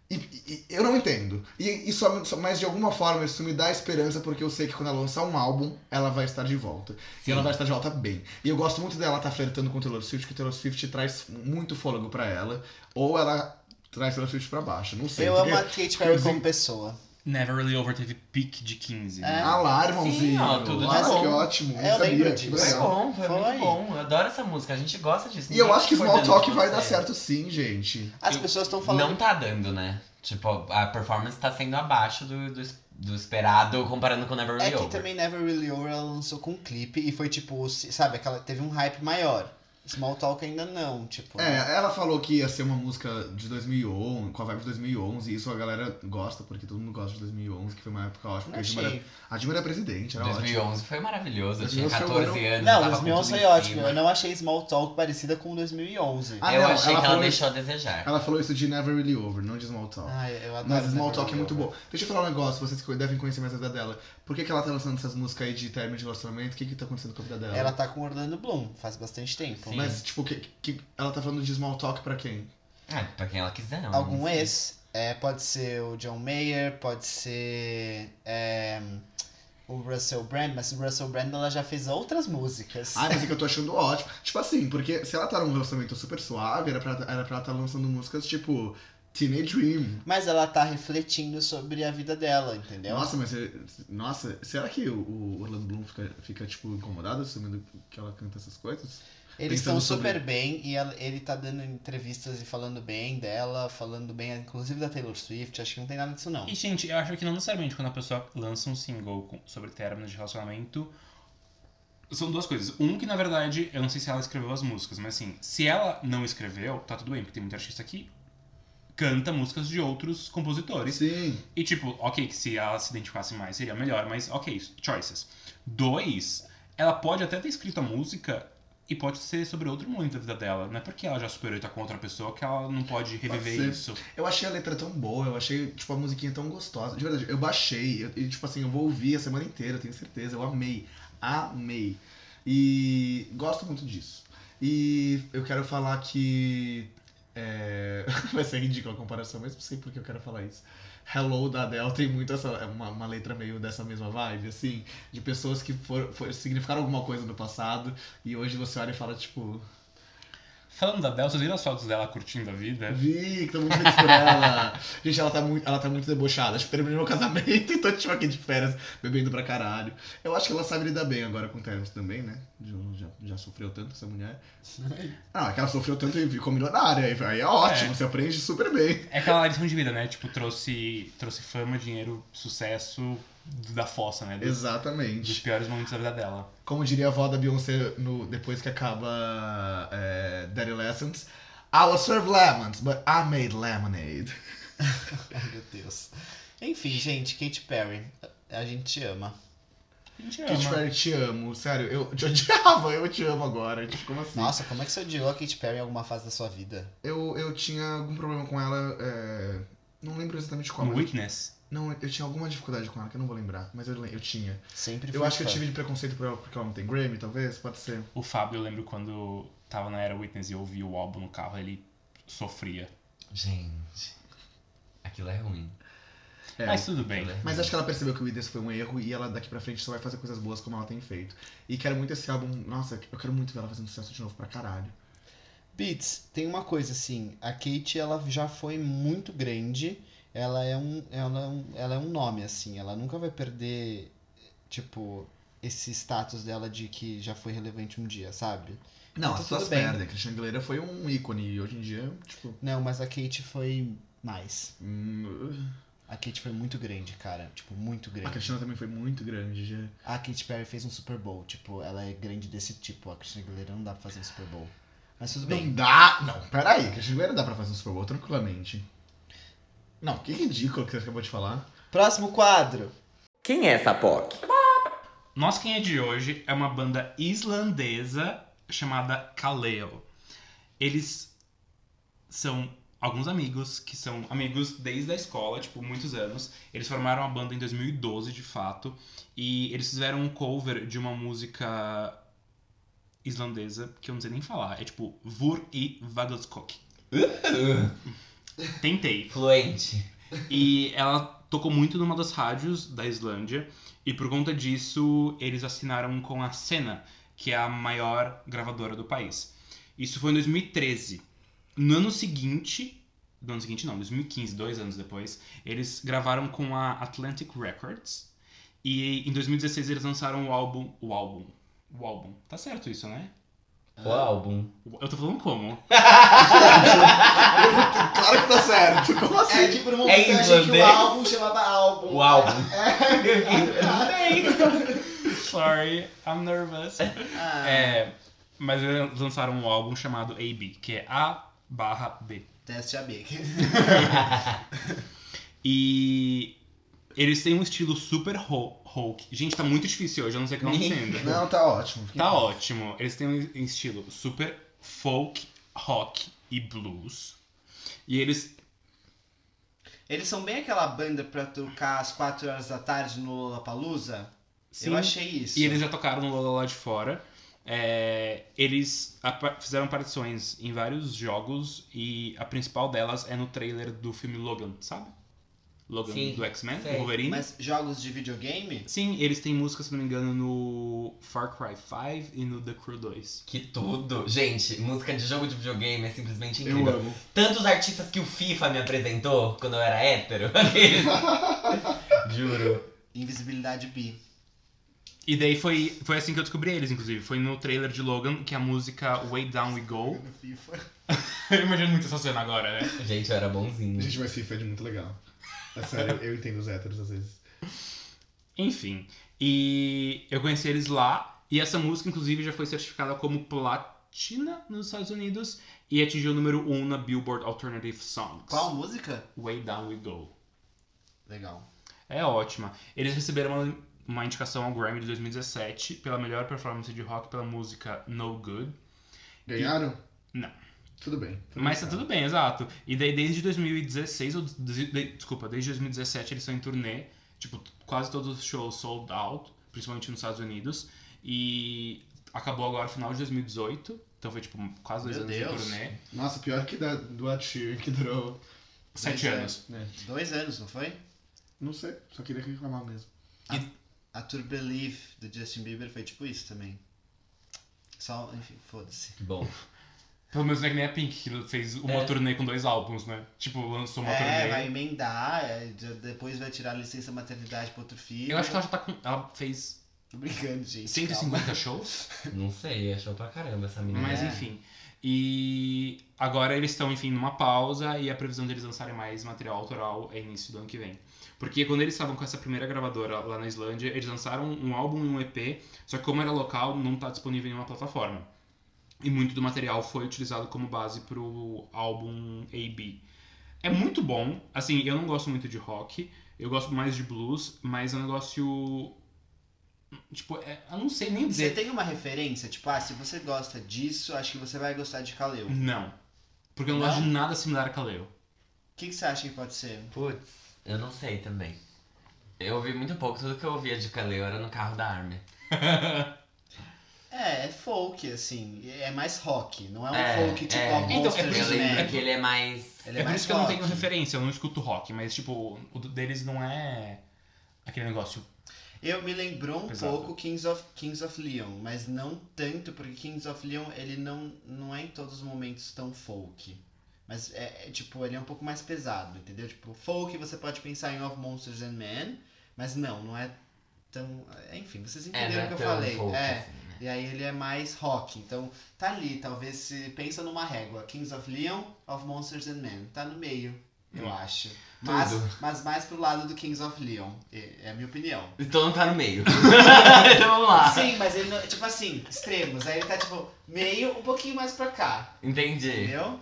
[SPEAKER 3] e- e- eu não entendo. E, e só, só- mas de alguma forma isso me dá esperança, porque eu sei que quando ela lançar um álbum, ela vai estar de volta. E ela vai estar de volta bem. E eu gosto muito dela estar flertando com Taylor Swift, que Taylor Swift traz muito fôlego pra ela. Ou ela traz Taylor Swift pra baixo, não sei.
[SPEAKER 4] Eu
[SPEAKER 3] porque-
[SPEAKER 4] amo a Katy Perry
[SPEAKER 3] Inclusive-
[SPEAKER 4] como pessoa.
[SPEAKER 2] Never Really Over teve pique de 15. né?
[SPEAKER 4] É.
[SPEAKER 3] Ah lá, irmãozinho.
[SPEAKER 1] Sim, ó, tudo de
[SPEAKER 3] Ah,
[SPEAKER 1] bom.
[SPEAKER 3] que ótimo. não
[SPEAKER 4] É, eu lembro
[SPEAKER 3] sabia, que
[SPEAKER 4] disso.
[SPEAKER 1] Foi
[SPEAKER 3] legal.
[SPEAKER 1] bom, foi,
[SPEAKER 4] Foi.
[SPEAKER 1] muito bom. Eu adoro essa música, a gente gosta disso.
[SPEAKER 3] E eu
[SPEAKER 1] Ninguém
[SPEAKER 3] acho que
[SPEAKER 1] foi
[SPEAKER 3] Small
[SPEAKER 1] dando
[SPEAKER 3] Talk
[SPEAKER 1] pra
[SPEAKER 3] vai dar
[SPEAKER 1] você.
[SPEAKER 3] certo sim, gente.
[SPEAKER 4] As
[SPEAKER 1] Eu-
[SPEAKER 4] pessoas estão falando.
[SPEAKER 1] Não tá dando, né? Tipo, a performance tá sendo abaixo do, do, do esperado comparando com Never
[SPEAKER 4] É
[SPEAKER 1] Really
[SPEAKER 4] que
[SPEAKER 1] Over.
[SPEAKER 4] também Never Really Over ela lançou com um clipe e foi tipo, se- sabe, aquela teve um hype maior. Small Talk ainda não, tipo.
[SPEAKER 3] É, ela falou que ia ser uma música de 2011, com a vibe de 2011, e isso a galera gosta, porque todo mundo gosta de 2011, que foi uma época ótima.
[SPEAKER 4] Não
[SPEAKER 3] porque A Dilma era,
[SPEAKER 4] achei.
[SPEAKER 3] a Dilma era presidente, era ótimo. é
[SPEAKER 1] 2011 foi maravilhoso, eu tinha
[SPEAKER 3] 2011 foi
[SPEAKER 1] 14 anos.
[SPEAKER 4] Não,
[SPEAKER 1] tava com
[SPEAKER 4] 2011
[SPEAKER 1] tudo
[SPEAKER 4] foi
[SPEAKER 1] em
[SPEAKER 4] ótimo.
[SPEAKER 1] cima.
[SPEAKER 4] Eu não achei Small Talk parecida com 2011.
[SPEAKER 3] Ah,
[SPEAKER 1] eu
[SPEAKER 3] não,
[SPEAKER 1] achei
[SPEAKER 3] ela
[SPEAKER 1] que ela
[SPEAKER 3] falou-
[SPEAKER 1] deixou a desejar.
[SPEAKER 3] Ela falou isso de Never Really Over, não de Small Talk.
[SPEAKER 4] Ai, eu adoro.
[SPEAKER 3] Mas Small
[SPEAKER 4] Ah, tá, Never
[SPEAKER 3] Talk é
[SPEAKER 4] Really
[SPEAKER 3] muito
[SPEAKER 4] Over.
[SPEAKER 3] bom. Deixa eu falar um negócio, vocês que devem conhecer mais a vida dela. Por que, que ela tá lançando essas músicas aí de término de relacionamento? O que que tá acontecendo com a vida dela?
[SPEAKER 4] Ela tá com Orlando Bloom faz bastante tempo.
[SPEAKER 1] Sim.
[SPEAKER 3] Mas, tipo, que, que- ela tá falando de Small Talk pra quem?
[SPEAKER 1] Ah, pra quem ela quiser. eu não
[SPEAKER 4] Algum
[SPEAKER 1] sei.
[SPEAKER 4] ex. É, pode ser o John Mayer, pode ser é, o Russell Brand, mas o Russell Brand ela já fez outras músicas.
[SPEAKER 3] Ah, mas é que eu tô achando ótimo. Tipo assim, porque se ela tá num relacionamento super suave, era pra ela estar tá lançando músicas tipo Teenage Dream.
[SPEAKER 4] Mas ela tá refletindo sobre a vida dela, entendeu?
[SPEAKER 3] Nossa, mas se- nossa, será que o, o Orlando Bloom fica, fica, tipo incomodado assumindo que ela canta essas coisas?
[SPEAKER 4] Eles
[SPEAKER 3] Pensando
[SPEAKER 4] estão
[SPEAKER 3] sobre-
[SPEAKER 4] super bem e ela- ele tá dando entrevistas e falando bem dela, falando bem, inclusive da Taylor Swift. Acho que não tem nada disso, não.
[SPEAKER 2] E, gente, eu acho que não necessariamente quando a pessoa lança um single com- sobre términos de relacionamento. São duas coisas. Um, que na verdade, eu não sei se ela escreveu as músicas, mas assim, se ela não escreveu, tá tudo bem, porque tem muita artista que canta músicas de outros compositores.
[SPEAKER 3] Sim.
[SPEAKER 2] E tipo, ok, que se ela se identificasse mais seria melhor, mas ok, choices. Dois, ela pode até ter escrito a música e pode ser sobre outro momento da vida dela. Não é porque ela já superou e tá com outra pessoa que ela não pode reviver
[SPEAKER 3] ser.
[SPEAKER 2] isso.
[SPEAKER 3] Eu achei a letra tão boa, eu achei, tipo, a musiquinha tão gostosa. De verdade, eu baixei, eu- e, tipo assim, eu vou ouvir a semana inteira, eu tenho certeza. Eu amei. Amei. E gosto muito disso. E eu quero falar que. é, Vai ser ridícula a comparação, mas não sei porque eu quero falar isso. Hello da Adele tem muito essa. é Uma, uma letra meio dessa mesma vibe, assim, de pessoas que for, for- significaram alguma coisa no passado e hoje você olha e fala, tipo.
[SPEAKER 2] Falando da Bel, vocês viram as fotos dela curtindo a vida?
[SPEAKER 3] Vi, que tô muito feliz por ela. Gente, ela tá muito, ela tá muito debochada. Tipo, terminou meu casamento e tô tipo aqui de férias, bebendo pra caralho. Eu acho que ela sabe lidar bem agora com o Terence também, né? Já, já sofreu tanto essa mulher. Ah, que ela sofreu tanto e ficou milionária. e Aí é ótimo,
[SPEAKER 2] É.
[SPEAKER 3] você aprende super bem.
[SPEAKER 2] É aquela lição de vida, né? Tipo, trouxe, trouxe fama, dinheiro, sucesso do- da fossa, né? Do- dos
[SPEAKER 3] Exatamente.
[SPEAKER 2] piores momentos da vida dela.
[SPEAKER 3] Como diria a avó da Beyoncé no, depois que acaba é, Daddy Lessons. I was served lemons, but I made lemonade.
[SPEAKER 4] Ai, meu Deus. Enfim, gente, Katy Perry. A gente te ama.
[SPEAKER 2] A gente ama.
[SPEAKER 3] Katy Perry, te amo. Sério, eu te odiava, eu te amo agora. Tipo, como assim?
[SPEAKER 4] Nossa, como é que você odiou a Katy Perry em alguma fase da sua vida?
[SPEAKER 3] Eu, eu tinha algum problema com ela, é, não lembro exatamente qual.
[SPEAKER 2] No
[SPEAKER 3] mas-
[SPEAKER 2] Witness.
[SPEAKER 3] Não, eu tinha alguma dificuldade com ela, que eu não vou lembrar, mas eu, lem- eu tinha.
[SPEAKER 4] Sempre fui
[SPEAKER 3] Eu acho que eu
[SPEAKER 4] fã.
[SPEAKER 3] tive de preconceito por ela porque ela não tem Grammy, talvez, pode ser.
[SPEAKER 2] O Fábio, eu lembro quando tava na era Witness e eu ouvi o álbum no carro, ele sofria.
[SPEAKER 1] Gente, aquilo é ruim.
[SPEAKER 3] É.
[SPEAKER 2] Mas tudo bem.
[SPEAKER 1] Aquilo é ruim.
[SPEAKER 3] Mas acho que ela percebeu que o Withers foi um erro e ela daqui pra frente só vai fazer coisas boas como ela tem feito. E quero muito esse álbum, nossa, eu quero muito ver ela fazendo sucesso de novo pra caralho.
[SPEAKER 4] Beats, tem uma coisa assim, a Kate ela já foi muito grande, ela é um, ela é um, ela é um nome assim, ela nunca vai perder tipo esse status dela de que já foi relevante um dia, sabe?
[SPEAKER 3] Não,
[SPEAKER 4] Então,
[SPEAKER 3] as
[SPEAKER 4] tudo
[SPEAKER 3] pessoas
[SPEAKER 4] bem.
[SPEAKER 3] perdem. Christian Aguilera foi um ícone e hoje em dia, tipo.
[SPEAKER 4] Não, mas a Kate foi mais.
[SPEAKER 3] hum,
[SPEAKER 4] A Kate foi muito grande, cara, tipo muito
[SPEAKER 3] a
[SPEAKER 4] grande.
[SPEAKER 3] Christian também foi muito grande. já.
[SPEAKER 4] A Katy Perry fez um Super Bowl, tipo, ela é grande desse tipo, a Christina Aguilera não dá pra fazer um Super Bowl. Mas tudo bem.
[SPEAKER 3] Não dá. Não, peraí. Christian Aguilera dá pra fazer um Super Bowl tranquilamente. Não, que ridículo que você acabou de falar.
[SPEAKER 4] Próximo quadro.
[SPEAKER 5] Quem é essa POC?
[SPEAKER 2] Nós Quem é de hoje é uma banda islandesa chamada Kaleo. Eles são alguns amigos que são amigos desde a escola, tipo, muitos anos. Eles formaram a banda em 2012, de fato, e eles fizeram um cover de uma música islandesa que eu não sei nem falar. É tipo Vur i Vagelskok. Tentei.
[SPEAKER 1] Fluente.
[SPEAKER 2] E ela tocou muito numa das rádios da Islândia. E por conta disso, eles assinaram com a Sena, que é a maior gravadora do país. Isso foi em 2013. No ano seguinte. No ano seguinte, não, 2015, dois anos depois, eles gravaram com a Atlantic Records. E em 2016 eles lançaram o álbum. O álbum. O álbum. Tá certo isso, né?
[SPEAKER 4] Ah.
[SPEAKER 1] O álbum.
[SPEAKER 2] Eu tô falando como?
[SPEAKER 3] Claro que tá certo. Como assim?
[SPEAKER 4] É que por um momento
[SPEAKER 1] É
[SPEAKER 4] eu achei que
[SPEAKER 1] islandês?
[SPEAKER 4] o álbum chamava álbum.
[SPEAKER 1] O álbum.
[SPEAKER 2] Sorry, I'm nervous.
[SPEAKER 4] Ah,
[SPEAKER 2] É, mas eles lançaram um álbum chamado AB, que é A barra B.
[SPEAKER 4] Teste AB.
[SPEAKER 2] E eles têm um estilo super ho- Hulk. Gente, tá muito difícil hoje, eu não sei o que tá acontecendo.
[SPEAKER 3] Não, tá ótimo.
[SPEAKER 2] Tá ótimo. Eles têm um estilo super folk, rock e blues. E eles
[SPEAKER 4] Eles são bem aquela banda pra tocar às 4 horas da tarde no Lollapalooza?
[SPEAKER 2] sim,
[SPEAKER 4] Eu achei isso.
[SPEAKER 2] E eles já tocaram no Lola lá de fora. É, eles apa- fizeram aparições em vários jogos e a principal delas é no trailer do filme Logan, sabe? Logan
[SPEAKER 1] Sim,
[SPEAKER 2] do X-Men,
[SPEAKER 1] sei.
[SPEAKER 2] do Wolverine.
[SPEAKER 4] Mas jogos de videogame?
[SPEAKER 2] Sim, eles têm música, se não me engano, no Far Cry 5 e no The Crew 2.
[SPEAKER 1] Que tudo. Gente, música de jogo de videogame é simplesmente
[SPEAKER 3] Eu
[SPEAKER 1] incrível.
[SPEAKER 3] amo.
[SPEAKER 1] Tantos artistas que o FIFA me apresentou quando eu era hétero. Juro.
[SPEAKER 4] Invisibilidade bi.
[SPEAKER 2] E daí foi, foi assim que eu descobri eles, inclusive. Foi no trailer de Logan, que a música Way Down We Go.
[SPEAKER 4] No FIFA.
[SPEAKER 2] eu imagino muito essa cena agora, né?
[SPEAKER 1] Gente, eu era bonzinho.
[SPEAKER 3] Gente, mas FIFA é de muito legal. É sério, eu entendo os héteros às vezes.
[SPEAKER 2] Enfim. E eu conheci eles lá. E essa música, inclusive, já foi certificada como platina nos Estados Unidos e atingiu o número 1 na Billboard Alternative Songs.
[SPEAKER 4] Qual música?
[SPEAKER 2] Way Down We Go.
[SPEAKER 4] Legal.
[SPEAKER 2] É ótima. Eles receberam uma, uma indicação ao Grammy de 2017 pela melhor performance de rock pela música No Good.
[SPEAKER 3] Ganharam?
[SPEAKER 2] Não.
[SPEAKER 3] Tudo bem.
[SPEAKER 2] Mas tá tudo bem, exato. E daí desde 2016, ou des- de- desculpa, desde 2017 eles estão em turnê, tipo, t- quase todos os shows sold out, principalmente nos Estados Unidos. E acabou agora final de 2018, então foi tipo quase dois
[SPEAKER 4] Meu
[SPEAKER 2] anos
[SPEAKER 4] Deus.
[SPEAKER 2] de turnê.
[SPEAKER 3] Nossa, pior que da, do Ed Sheeran, que durou.
[SPEAKER 2] Sete
[SPEAKER 4] Dois
[SPEAKER 2] anos.
[SPEAKER 3] Né?
[SPEAKER 4] Dois anos, não foi?
[SPEAKER 3] Não sei, só queria reclamar mesmo.
[SPEAKER 4] A Tour Believe do Justin Bieber foi tipo isso também. Só, enfim, foda-se.
[SPEAKER 1] Que bom.
[SPEAKER 2] Pelo menos não é que nem a Pink, que fez uma
[SPEAKER 4] É.
[SPEAKER 2] turnê com dois álbuns, né? Tipo, lançou uma
[SPEAKER 4] É,
[SPEAKER 2] turnê.
[SPEAKER 4] vai emendar, é, de- depois vai tirar a licença maternidade pro outro filho.
[SPEAKER 2] Eu acho que ela já tá com. Ela fez
[SPEAKER 4] Tô brincando, gente.
[SPEAKER 2] 150 shows.
[SPEAKER 1] Não sei, achou pra caramba essa menina.
[SPEAKER 2] Mas
[SPEAKER 4] É.
[SPEAKER 2] enfim. E agora eles estão, enfim, numa pausa e a previsão deles lançarem mais material autoral é início do ano que vem. Porque quando eles estavam com essa primeira gravadora lá na Islândia, eles lançaram um álbum e um EP, só que como era local, não tá disponível em nenhuma plataforma. E muito do material foi utilizado como base pro álbum AB. É muito bom, assim, eu não gosto muito de rock, eu gosto mais de blues, mas é um negócio. Tipo, é- eu não sei nem dizer.
[SPEAKER 4] Você tem uma referência, tipo, ah, se você gosta disso, acho que você vai gostar de Kaleu. O
[SPEAKER 2] Não. Porque eu não,
[SPEAKER 4] Não?
[SPEAKER 2] gosto de nada similar a Kaleo.
[SPEAKER 4] que, que você acha que pode ser?
[SPEAKER 1] Putz, eu não sei também. Eu ouvi muito pouco, tudo que eu ouvia de Kaleu era no carro da Army.
[SPEAKER 4] É, é folk, assim, é mais rock, não é um
[SPEAKER 1] É,
[SPEAKER 4] folk tipo
[SPEAKER 1] é.
[SPEAKER 4] All
[SPEAKER 2] Então, é por
[SPEAKER 4] Monsters
[SPEAKER 2] isso-
[SPEAKER 1] Eu lembro
[SPEAKER 4] Man.
[SPEAKER 1] que ele é mais.
[SPEAKER 4] Ele
[SPEAKER 2] É, por
[SPEAKER 4] mais
[SPEAKER 2] isso que eu não
[SPEAKER 4] rock.
[SPEAKER 2] tenho referência, eu não escuto rock, mas tipo, o do- deles não é aquele negócio.
[SPEAKER 4] Eu me lembrou um
[SPEAKER 2] Pesado.
[SPEAKER 4] pouco Kings of, Kings of Leon, mas não tanto, porque Kings of Leon ele não, não é em todos os momentos tão folk. Mas é, é, tipo, ele é um pouco mais pesado, entendeu? Tipo, folk você pode pensar em Of Monsters and Men, mas não, não é tão. Enfim, vocês
[SPEAKER 1] É, não
[SPEAKER 4] entenderam
[SPEAKER 1] é
[SPEAKER 4] o que eu
[SPEAKER 1] tão
[SPEAKER 4] falei.
[SPEAKER 1] folk,
[SPEAKER 4] é.
[SPEAKER 1] assim, né?
[SPEAKER 4] E aí ele é mais rock, então tá ali, talvez se pensa numa régua, Kings of Leon, of Monsters and Men, tá no meio, eu
[SPEAKER 2] Hum.
[SPEAKER 4] acho. Mas,
[SPEAKER 1] Tudo.
[SPEAKER 4] mas mais pro lado do Kings of Leon, é é a minha opinião.
[SPEAKER 1] Então não tá no meio. então vamos lá.
[SPEAKER 4] Sim, mas ele, não- tipo assim, extremos. Aí ele tá, tipo, meio, um pouquinho mais pra cá,
[SPEAKER 1] Entendi.
[SPEAKER 4] entendeu?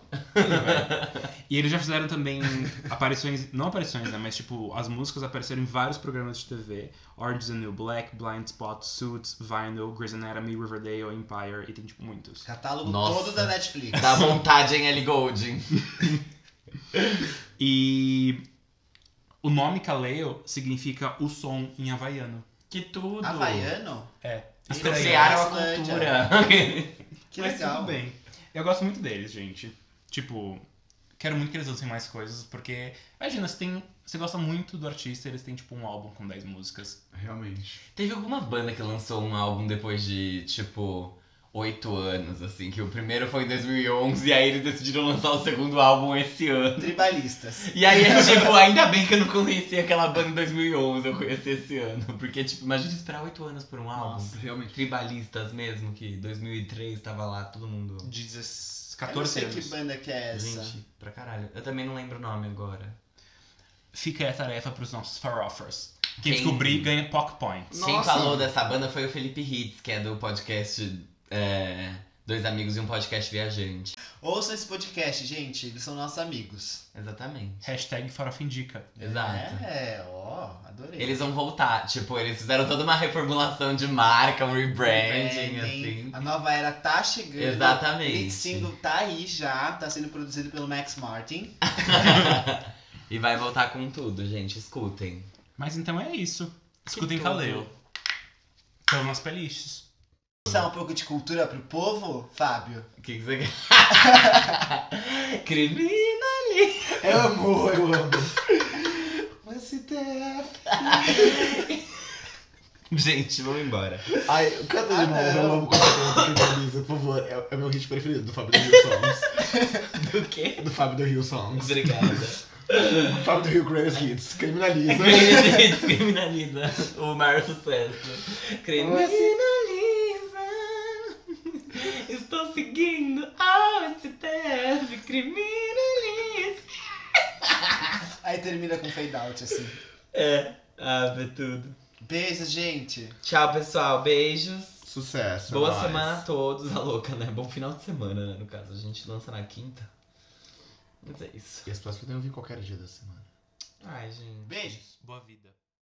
[SPEAKER 2] e eles já fizeram também aparições, não aparições, né? Mas tipo, as músicas apareceram em vários programas de TV: Orange is the New Black, Blind Spot, Suits, Vinyl, Grey's Anatomy, Riverdale, Empire, e tem tipo muitos.
[SPEAKER 4] Catálogo
[SPEAKER 1] Nossa. Tá
[SPEAKER 4] todo da Netflix.
[SPEAKER 1] Dá vontade em Ellie Golding.
[SPEAKER 2] E o nome Kaleo significa o som em havaiano.
[SPEAKER 1] Que tudo.
[SPEAKER 4] Havaiano?
[SPEAKER 2] É.
[SPEAKER 1] Apropriaram a
[SPEAKER 4] Islândia.
[SPEAKER 1] cultura.
[SPEAKER 4] Que
[SPEAKER 2] Mas
[SPEAKER 4] legal.
[SPEAKER 2] tudo bem. Eu gosto muito deles, gente. Tipo, quero muito que eles lancem mais coisas, porque. Imagina, você tem. Você gosta muito do artista, eles têm tipo um álbum com 10 músicas.
[SPEAKER 3] Realmente.
[SPEAKER 1] Teve alguma banda que lançou um álbum depois de, tipo, oito anos, assim, que o primeiro foi em 2011 e aí eles decidiram lançar o segundo álbum esse ano.
[SPEAKER 4] Tribalistas.
[SPEAKER 1] E aí é tipo, ainda bem que eu não conheci aquela banda em 2011, eu conheci esse ano. Porque, tipo, imagina esperar oito anos por um álbum.
[SPEAKER 3] Nossa, realmente.
[SPEAKER 1] Tribalistas mesmo, que 2003 tava lá todo mundo.
[SPEAKER 2] 10,
[SPEAKER 4] Eu não
[SPEAKER 2] 14
[SPEAKER 4] sei que
[SPEAKER 2] anos.
[SPEAKER 4] banda que é essa.
[SPEAKER 1] Gente, pra caralho. Eu também não lembro o nome agora.
[SPEAKER 2] Fica aí a tarefa pros nossos faroffers. Quem,
[SPEAKER 1] Quem-
[SPEAKER 2] descobrir ganha POC Points.
[SPEAKER 1] Quem
[SPEAKER 3] Nossa.
[SPEAKER 1] falou dessa banda foi o Felipe Hitz, que é do podcast é, Dois Amigos e um Podcast Viajante.
[SPEAKER 4] Ouçam esse podcast, gente, eles são nossos amigos.
[SPEAKER 1] Exatamente.
[SPEAKER 2] Hashtag farofa indica.
[SPEAKER 1] Exato.
[SPEAKER 4] É, ó, adorei.
[SPEAKER 1] Eles vão voltar, tipo, eles fizeram toda uma reformulação de marca, um rebranding,
[SPEAKER 4] Branding,
[SPEAKER 1] assim.
[SPEAKER 4] A nova era tá chegando.
[SPEAKER 1] Exatamente.
[SPEAKER 4] O single tá aí já, tá sendo produzido pelo Max Martin.
[SPEAKER 1] e vai voltar com tudo, gente, escutem.
[SPEAKER 2] Mas então é isso. Escutem
[SPEAKER 1] tudo.
[SPEAKER 2] Kaleo. Pelo nas playlists.
[SPEAKER 4] Passar um pouco de cultura pro povo, Fábio.
[SPEAKER 1] O que, que você quer? Crimina!
[SPEAKER 4] Eu amo, eu amo.
[SPEAKER 3] Mas se der.
[SPEAKER 1] Gente, vamos embora.
[SPEAKER 3] Ai, canta de
[SPEAKER 4] Ah,
[SPEAKER 3] novo.
[SPEAKER 4] não.
[SPEAKER 3] Eu amo cantar do Fábio Lisa, por favor. É, é meu hit preferido do Fábio do Rio Songs.
[SPEAKER 1] Do quê?
[SPEAKER 3] Do Fábio do Rio Songs.
[SPEAKER 1] Obrigada.
[SPEAKER 3] Fábio do Rio Greatest Hits. Criminaliza.
[SPEAKER 1] Criminaliza, criminaliza o maior sucesso. Criminaliza. Estou seguindo ao STF. Criminaliza.
[SPEAKER 4] Aí termina com fade out, assim.
[SPEAKER 1] É, ah, é tudo.
[SPEAKER 4] Beijo, gente.
[SPEAKER 1] Tchau, pessoal. Beijos.
[SPEAKER 3] Sucesso. é
[SPEAKER 1] Boa
[SPEAKER 3] nóis.
[SPEAKER 1] semana a todos. A louca, né? Bom final de semana, né? No caso, a gente lança na quinta. Mas é isso.
[SPEAKER 3] E as próximas eu vou vir qualquer dia da semana.
[SPEAKER 1] Ai, gente.
[SPEAKER 4] Beijos.
[SPEAKER 2] Boa vida.